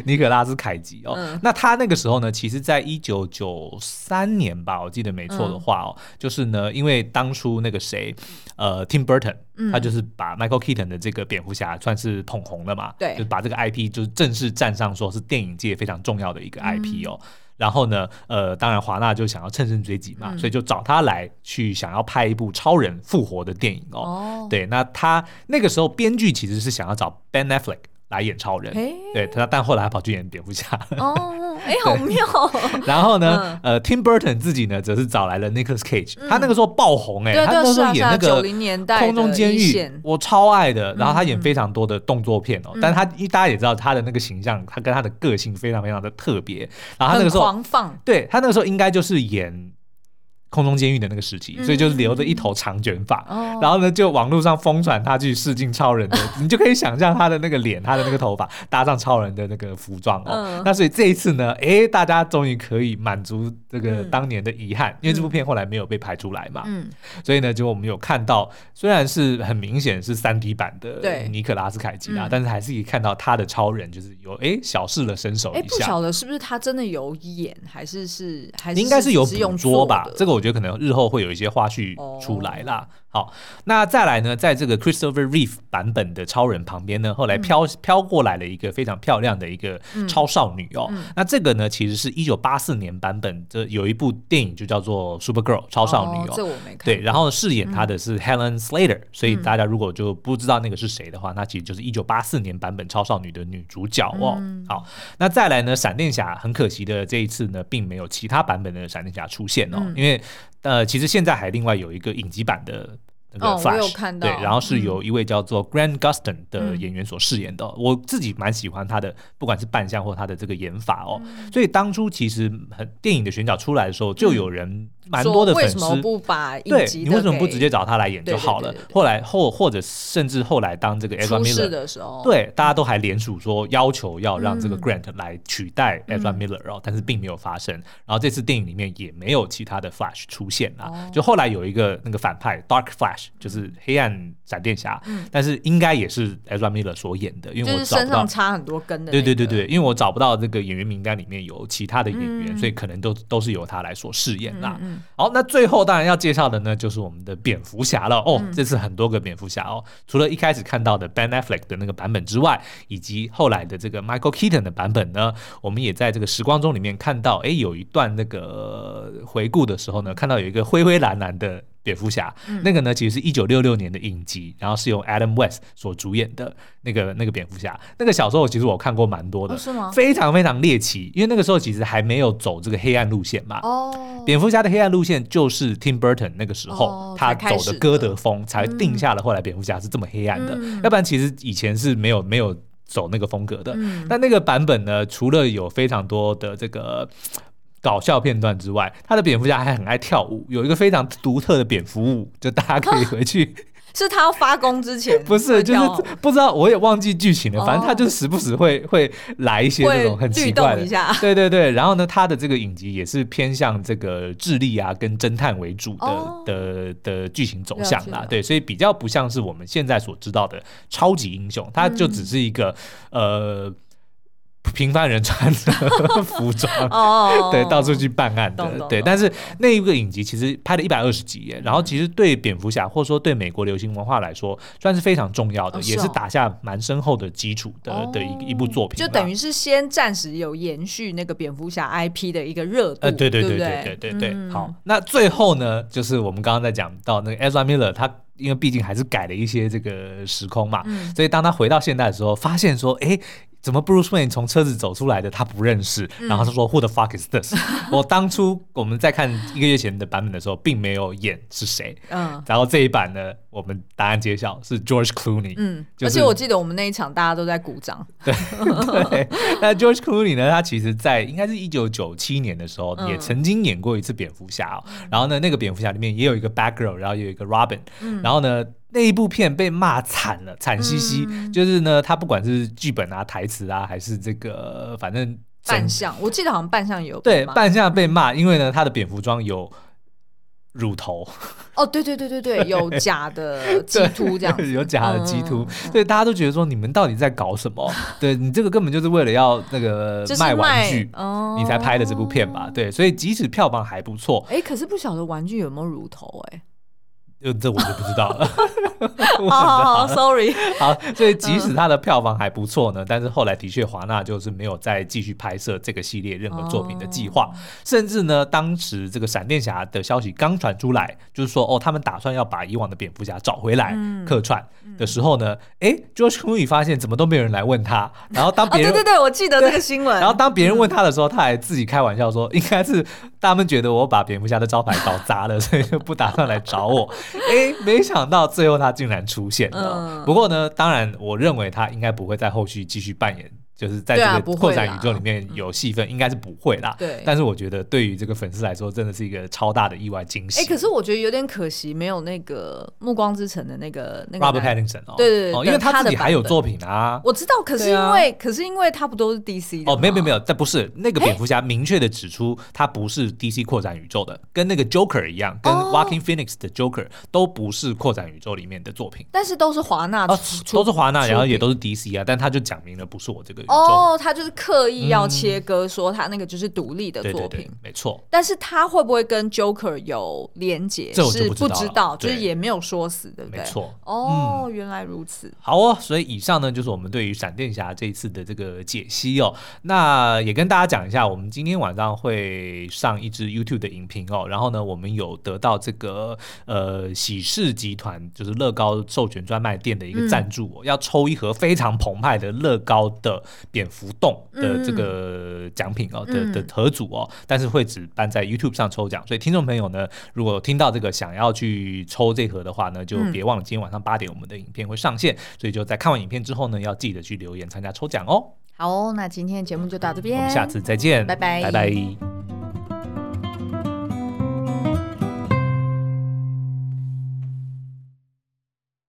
[SPEAKER 1] 尼可拉斯凯奇哦。那他那个时候呢，其实在一九九三年吧，我记得没错的话哦，就是呢，因为当初那个谁，呃，Tim Burton，、他
[SPEAKER 2] 嗯
[SPEAKER 1] 就是把 Michael Keaton 的这个蝙蝠侠算是捧红了嘛，
[SPEAKER 2] 对
[SPEAKER 1] 就把这个 IP 就是正式站上说是电影界非常重要的一
[SPEAKER 2] 嗯
[SPEAKER 1] 个 IP 哦。然后呢，呃，当然华纳就想要乘胜追击
[SPEAKER 2] 嗯
[SPEAKER 1] 嘛，所以就找他来去想要拍一部超人复活的电影哦。
[SPEAKER 2] 哦，
[SPEAKER 1] 对，那他那个时候编剧其实是想要找 Ben Affleck 来演超人，
[SPEAKER 2] 诶
[SPEAKER 1] 对他，但后来他跑去演蝙 蝠侠。
[SPEAKER 2] 哦，哎，好妙哦，
[SPEAKER 1] 然后呢，
[SPEAKER 2] 嗯
[SPEAKER 1] 呃，Tim Burton 自己呢，则是找来了 Nicolas Cage，、他那个时候爆红哎、
[SPEAKER 2] 对
[SPEAKER 1] 他那
[SPEAKER 2] 对
[SPEAKER 1] 时
[SPEAKER 2] 是
[SPEAKER 1] 候
[SPEAKER 2] 啊是
[SPEAKER 1] 演那
[SPEAKER 2] 啊，九
[SPEAKER 1] 个
[SPEAKER 2] 零年代
[SPEAKER 1] 空中
[SPEAKER 2] 的
[SPEAKER 1] 监
[SPEAKER 2] 一
[SPEAKER 1] 狱
[SPEAKER 2] 线，嗯
[SPEAKER 1] 我超爱的。然后他演非常多的动作片哦，但他一大家也知道他的那个形象，他跟他的个性非常非常的特别。然啊后他那个
[SPEAKER 2] 很
[SPEAKER 1] 时候，
[SPEAKER 2] 狂放，
[SPEAKER 1] 对他那个时候应该就是演。空中监狱的那个时期，所以就是留着一头长卷发，
[SPEAKER 2] 嗯哦
[SPEAKER 1] 然后呢，就网络上疯传他去试镜超人 的，你就可以想象他的那个脸，他的那个头发搭上超人的那个服装哦。
[SPEAKER 2] 嗯
[SPEAKER 1] 那所以这一次呢，诶，大家终于可以满足这个
[SPEAKER 2] 嗯
[SPEAKER 1] 当年的遗憾，因为这部片后来没有被拍出来嘛。
[SPEAKER 2] 嗯，
[SPEAKER 1] 所以呢，就我们有看到，虽然是很明显是三 D 版的
[SPEAKER 2] 对
[SPEAKER 1] 尼可拉斯凯奇啦，啊
[SPEAKER 2] 嗯
[SPEAKER 1] 但是还是可以看到他的超人就是有诶小试了身手
[SPEAKER 2] 哎，
[SPEAKER 1] 一
[SPEAKER 2] 不
[SPEAKER 1] 下。
[SPEAKER 2] 晓得是不是他真的有演，还是是还是
[SPEAKER 1] 应该是有
[SPEAKER 2] 只用
[SPEAKER 1] 捕捉吧
[SPEAKER 2] 做，的哦
[SPEAKER 1] 这个我觉得可能日后会有一些花絮出来啦。好，那再来呢，在这个 Christopher Reeve 版本的超人旁边呢，后来
[SPEAKER 2] 嗯
[SPEAKER 1] 飘、飘过来了一个非常漂亮的一个超少女哦。
[SPEAKER 2] 嗯
[SPEAKER 1] 那这个呢，其实是一九八四年版本，这有一部电影就叫做 Super Girl 超少女哦。
[SPEAKER 2] 这我没看，嗯
[SPEAKER 1] 对，，然后饰演她的是 Helen Slater，、所以大家如果就不知道那个是谁的话，那其实就是一九八四年版本超少女的女主角哦。
[SPEAKER 2] 嗯
[SPEAKER 1] 好，那再来呢，闪电侠很可惜的这一次呢，并没有其他版本的闪电侠出现哦，
[SPEAKER 2] 嗯
[SPEAKER 1] 因为呃，其实现在还另外有一个影集版的。那个
[SPEAKER 2] 哦我
[SPEAKER 1] Flash，、
[SPEAKER 2] 有看到嗯
[SPEAKER 1] 对，然后是由一位叫做 Grant Gustin 的演员所饰演的哦、我自己蛮喜欢他的，不管是扮
[SPEAKER 2] 嗯
[SPEAKER 1] 相或他的这个演法哦。所以当初其实很电影的选角出来的时候，就有人蛮多的
[SPEAKER 2] 说
[SPEAKER 1] 粉
[SPEAKER 2] 为
[SPEAKER 1] 丝
[SPEAKER 2] 什么不把影
[SPEAKER 1] 对
[SPEAKER 2] 集
[SPEAKER 1] 你
[SPEAKER 2] 的
[SPEAKER 1] 为什么不
[SPEAKER 2] 给
[SPEAKER 1] 直接找他来演
[SPEAKER 2] 对
[SPEAKER 1] 就
[SPEAKER 2] 对
[SPEAKER 1] 好
[SPEAKER 2] 对
[SPEAKER 1] 了
[SPEAKER 2] 对？对
[SPEAKER 1] 后来后或者甚至后来当这个 Ezra
[SPEAKER 2] 出事
[SPEAKER 1] Miller
[SPEAKER 2] 的时候？
[SPEAKER 1] 对大家都还联署说要求要让这个
[SPEAKER 2] 嗯
[SPEAKER 1] Grant 来取代 Ezra
[SPEAKER 2] 嗯
[SPEAKER 1] Miller，然后但是并没有发生。然后这次电影里面也没有其他的 Flash 出现啦
[SPEAKER 2] 哦。
[SPEAKER 1] 就后来有一个那个反派 Dark Flash，就是黑暗闪电侠
[SPEAKER 2] 嗯，
[SPEAKER 1] 但是应该也是 Ezra Miller 所演的，因为
[SPEAKER 2] 就
[SPEAKER 1] 我
[SPEAKER 2] 是
[SPEAKER 1] 找
[SPEAKER 2] 身
[SPEAKER 1] 不到
[SPEAKER 2] 上。插很多根的、那
[SPEAKER 1] 对对对
[SPEAKER 2] 个
[SPEAKER 1] 对，因为我找不到这个演员名单里面有其他的演员，
[SPEAKER 2] 嗯
[SPEAKER 1] 所以可能都都是由他来所饰演啦。
[SPEAKER 2] 嗯
[SPEAKER 1] 好，那最后当然要介绍的呢，就是我们的蝙蝠侠了哦。
[SPEAKER 2] 嗯
[SPEAKER 1] 这次很多个蝙蝠侠哦，除了一开始看到的 Ben Affleck 的那个版本之外，以及后来的这个 Michael Keaton 的版本呢，我们也在这个时光钟里面看到，诶，有一段那个呃回顾的时候呢，看到有一个灰灰蓝蓝的。蝙蝠侠、
[SPEAKER 2] 嗯
[SPEAKER 1] 那个呢，其实是一九六六年的影集，然后是由 Adam West 所主演的那个那个蝙蝠侠。那个小时候其实我看过蛮多的，
[SPEAKER 2] 哦是吗
[SPEAKER 1] 非常非常猎奇，因为那个时候其实还没有走这个黑暗路线嘛。
[SPEAKER 2] 哦，
[SPEAKER 1] 蝙蝠侠的黑暗路线就是 Tim Burton 那个时候、
[SPEAKER 2] 哦
[SPEAKER 1] 他
[SPEAKER 2] 才开
[SPEAKER 1] 走的
[SPEAKER 2] 始
[SPEAKER 1] 歌
[SPEAKER 2] 的
[SPEAKER 1] 德风，才定下了后来蝙蝠侠是这么黑暗的，
[SPEAKER 2] 嗯
[SPEAKER 1] 要不然其实以前是没有没有走那个风格的。
[SPEAKER 2] 嗯
[SPEAKER 1] 但那个版本呢，除了有非常多的这个。搞笑片段之外，他的蝙蝠侠还很爱跳舞，有一个非常独特的蝙蝠舞，就大家可以回 去
[SPEAKER 2] 是他要发功之前
[SPEAKER 1] 不是，就是
[SPEAKER 2] 会跳
[SPEAKER 1] 不知道，我也忘记剧情了。
[SPEAKER 2] 哦
[SPEAKER 1] 反正他就是时不时会会来一些这种
[SPEAKER 2] 会
[SPEAKER 1] 很奇
[SPEAKER 2] 律
[SPEAKER 1] 怪
[SPEAKER 2] 动
[SPEAKER 1] 的
[SPEAKER 2] 一，下。
[SPEAKER 1] 对对对，然后呢，他的这个影集也是偏向这个智力啊跟侦探为主的、
[SPEAKER 2] 哦
[SPEAKER 1] 的的剧情走向
[SPEAKER 2] 了
[SPEAKER 1] 啦
[SPEAKER 2] 解，
[SPEAKER 1] 对，所以比较不像是我们现在所知道的超级英雄，他就只是一个、
[SPEAKER 2] 嗯
[SPEAKER 1] 呃平凡人穿的 服装。
[SPEAKER 2] 哦，
[SPEAKER 1] 对，到处去办案
[SPEAKER 2] 懂
[SPEAKER 1] 的，
[SPEAKER 2] 懂嗯
[SPEAKER 1] 对，
[SPEAKER 2] 懂
[SPEAKER 1] 但是那一个影集其实拍了一百二十集耶，然后其实对蝙蝠侠或者说对美国流行文化来说，算是非常重要的，
[SPEAKER 2] 哦是
[SPEAKER 1] 也是
[SPEAKER 2] 哦
[SPEAKER 1] 打下蛮深厚的基础的、的一个一部作品啦，
[SPEAKER 2] 就等于是先暂时有延续那个蝙蝠侠 IP 的一个热度，
[SPEAKER 1] 呃，对
[SPEAKER 2] 对
[SPEAKER 1] 对
[SPEAKER 2] 不
[SPEAKER 1] 对对对对，
[SPEAKER 2] 嗯
[SPEAKER 1] 好，那最后呢，就是我们刚刚在讲到那个 Ezra Miller，他因为毕竟还是改了一些这个时空嘛，
[SPEAKER 2] 嗯
[SPEAKER 1] 所以当他回到现代的时候，发现说，诶，怎么 Bruce Wayne 从车子走出来的他不认识？
[SPEAKER 2] 嗯
[SPEAKER 1] 然后他说 Who the fuck is this？我当初我们在看一个月前的版本的时候，并没有演是谁。
[SPEAKER 2] 嗯
[SPEAKER 1] 然后这一版呢，我们答案揭晓是 George Clooney。
[SPEAKER 2] 嗯，
[SPEAKER 1] 就
[SPEAKER 2] 而
[SPEAKER 1] 是
[SPEAKER 2] 且我记得我们那一场大家都在鼓掌，
[SPEAKER 1] 对，那 George Clooney 呢？他其实在应该是一九九七年的时候，
[SPEAKER 2] 嗯
[SPEAKER 1] 也曾经演过一次蝙蝠侠、哦。然后呢，那个蝙蝠侠里面也有一个 Batgirl，然后也有一个 Robin、然后
[SPEAKER 2] 嗯
[SPEAKER 1] 呢，那一部片被骂惨了，惨兮兮。
[SPEAKER 2] 嗯
[SPEAKER 1] 就是呢，他不管是剧本啊、台词啊，还是这个，反正整
[SPEAKER 2] 扮相，嗯我记得好像扮相有
[SPEAKER 1] 对
[SPEAKER 2] 嘛
[SPEAKER 1] 扮相被骂，因为呢，他的蝙蝠装有乳头。
[SPEAKER 2] 哦，对对对对对，有假 的 鸡突这样子，
[SPEAKER 1] 有假的鸡突
[SPEAKER 2] 嗯，
[SPEAKER 1] 所以大家都觉得说你们到底在搞什么？对你这个根本就是为了要那个
[SPEAKER 2] 就是
[SPEAKER 1] 呃卖玩具，
[SPEAKER 2] 哦
[SPEAKER 1] 你才拍的这部片吧？对，所以即使票房还不错，
[SPEAKER 2] 哎，可是不晓得玩具有没有乳头哎、
[SPEAKER 1] 呃，这我就不知道 了。
[SPEAKER 2] 哦好好，sorry，嗯
[SPEAKER 1] 好，所以即使它的票房还不错呢，但是后来的确华纳就是没有再继续拍摄这个系列任何作品的计划，
[SPEAKER 2] 哦
[SPEAKER 1] 甚至呢，当时这个闪电侠的消息刚传出来，就是说哦，他们打算要把以往的蝙蝠侠找回来
[SPEAKER 2] 嗯
[SPEAKER 1] 客串的时候呢，诶 g e o r g e Clooney 发现怎么都没有人来问他，然后当
[SPEAKER 2] 哦，
[SPEAKER 1] 别
[SPEAKER 2] 对
[SPEAKER 1] 人
[SPEAKER 2] 对对，我记得这个新闻。
[SPEAKER 1] 然后当别人问他的时候，他还自己开玩笑说，应该是他们觉得我把蝙蝠侠的招牌搞砸了，所以就不打算来找 我。诶，没想到最后他竟然出现了。
[SPEAKER 2] 嗯
[SPEAKER 1] 不过呢，当然我认为他应该不会在后续继续扮演。就是在
[SPEAKER 2] 对啊
[SPEAKER 1] 这个
[SPEAKER 2] 不
[SPEAKER 1] 扩
[SPEAKER 2] 会啦
[SPEAKER 1] 展宇宙里面有戏份，应该是不会啦。
[SPEAKER 2] 对
[SPEAKER 1] 但是我觉得对于这个粉丝来说，真的是一个超大的意外惊喜。
[SPEAKER 2] 哎、可是我觉得有点可惜，没有那个《暮光之城》的那个那个
[SPEAKER 1] Robert
[SPEAKER 2] 男
[SPEAKER 1] Pattinson 哦，
[SPEAKER 2] 对对对
[SPEAKER 1] 哦，因为
[SPEAKER 2] 他
[SPEAKER 1] 他自
[SPEAKER 2] 的
[SPEAKER 1] 己还有
[SPEAKER 2] 版本
[SPEAKER 1] 作品啊。
[SPEAKER 2] 我知道，可是
[SPEAKER 1] 对啊
[SPEAKER 2] 因为、可是因为他不都是 DC 的
[SPEAKER 1] 哦，没有没有没
[SPEAKER 2] 有，
[SPEAKER 1] 有，但不是那个蝙蝠侠明确的指出，他不是 DC 扩展宇宙的，跟那个 Joker 一样，跟
[SPEAKER 2] 哦
[SPEAKER 1] Walking Phoenix 的 Joker 都不是扩展宇宙里面的作品。
[SPEAKER 2] 但是都是华纳
[SPEAKER 1] 哦，
[SPEAKER 2] 出
[SPEAKER 1] 都是华纳，
[SPEAKER 2] 出
[SPEAKER 1] 然后也
[SPEAKER 2] 品
[SPEAKER 1] 都是 DC 啊，但他就讲明了不是我这个宇宙。
[SPEAKER 2] 哦，他就是刻意要切割，说他那个就是独立的
[SPEAKER 1] 对嗯对
[SPEAKER 2] 作品。
[SPEAKER 1] 对，没错。
[SPEAKER 2] 但是他会不会跟 Joker 有连结？
[SPEAKER 1] 这我就是不知道了
[SPEAKER 2] 知道，就是
[SPEAKER 1] 对
[SPEAKER 2] 也没有说死，对不对？
[SPEAKER 1] 没错嗯
[SPEAKER 2] 哦，原来如此。
[SPEAKER 1] 好哦，所以以上呢就是我们对于闪电侠这一次的这个解析哦。那也跟大家讲一下，我们今天晚上会上一支 YouTube 的影评哦。然后呢，我们有得到这个呃喜事集团就是乐高授权专卖店的一个赞助、哦，要抽一盒非常澎湃的乐高的蝙蝠洞的这个奖品哦、
[SPEAKER 2] 嗯
[SPEAKER 1] 的的合组哦，但是会只办在 YouTube 上抽奖。所以听众朋友呢，如果听到这个想要去抽这盒的话呢，就
[SPEAKER 2] 嗯
[SPEAKER 1] 别忘了今天晚上八点我们的影片会上线，所以就在看完影片之后呢，要记得去留言参加抽奖哦。
[SPEAKER 2] 好哦、那今天的节目就到这边，
[SPEAKER 1] 我们下次再见，
[SPEAKER 2] 拜拜
[SPEAKER 1] 拜拜。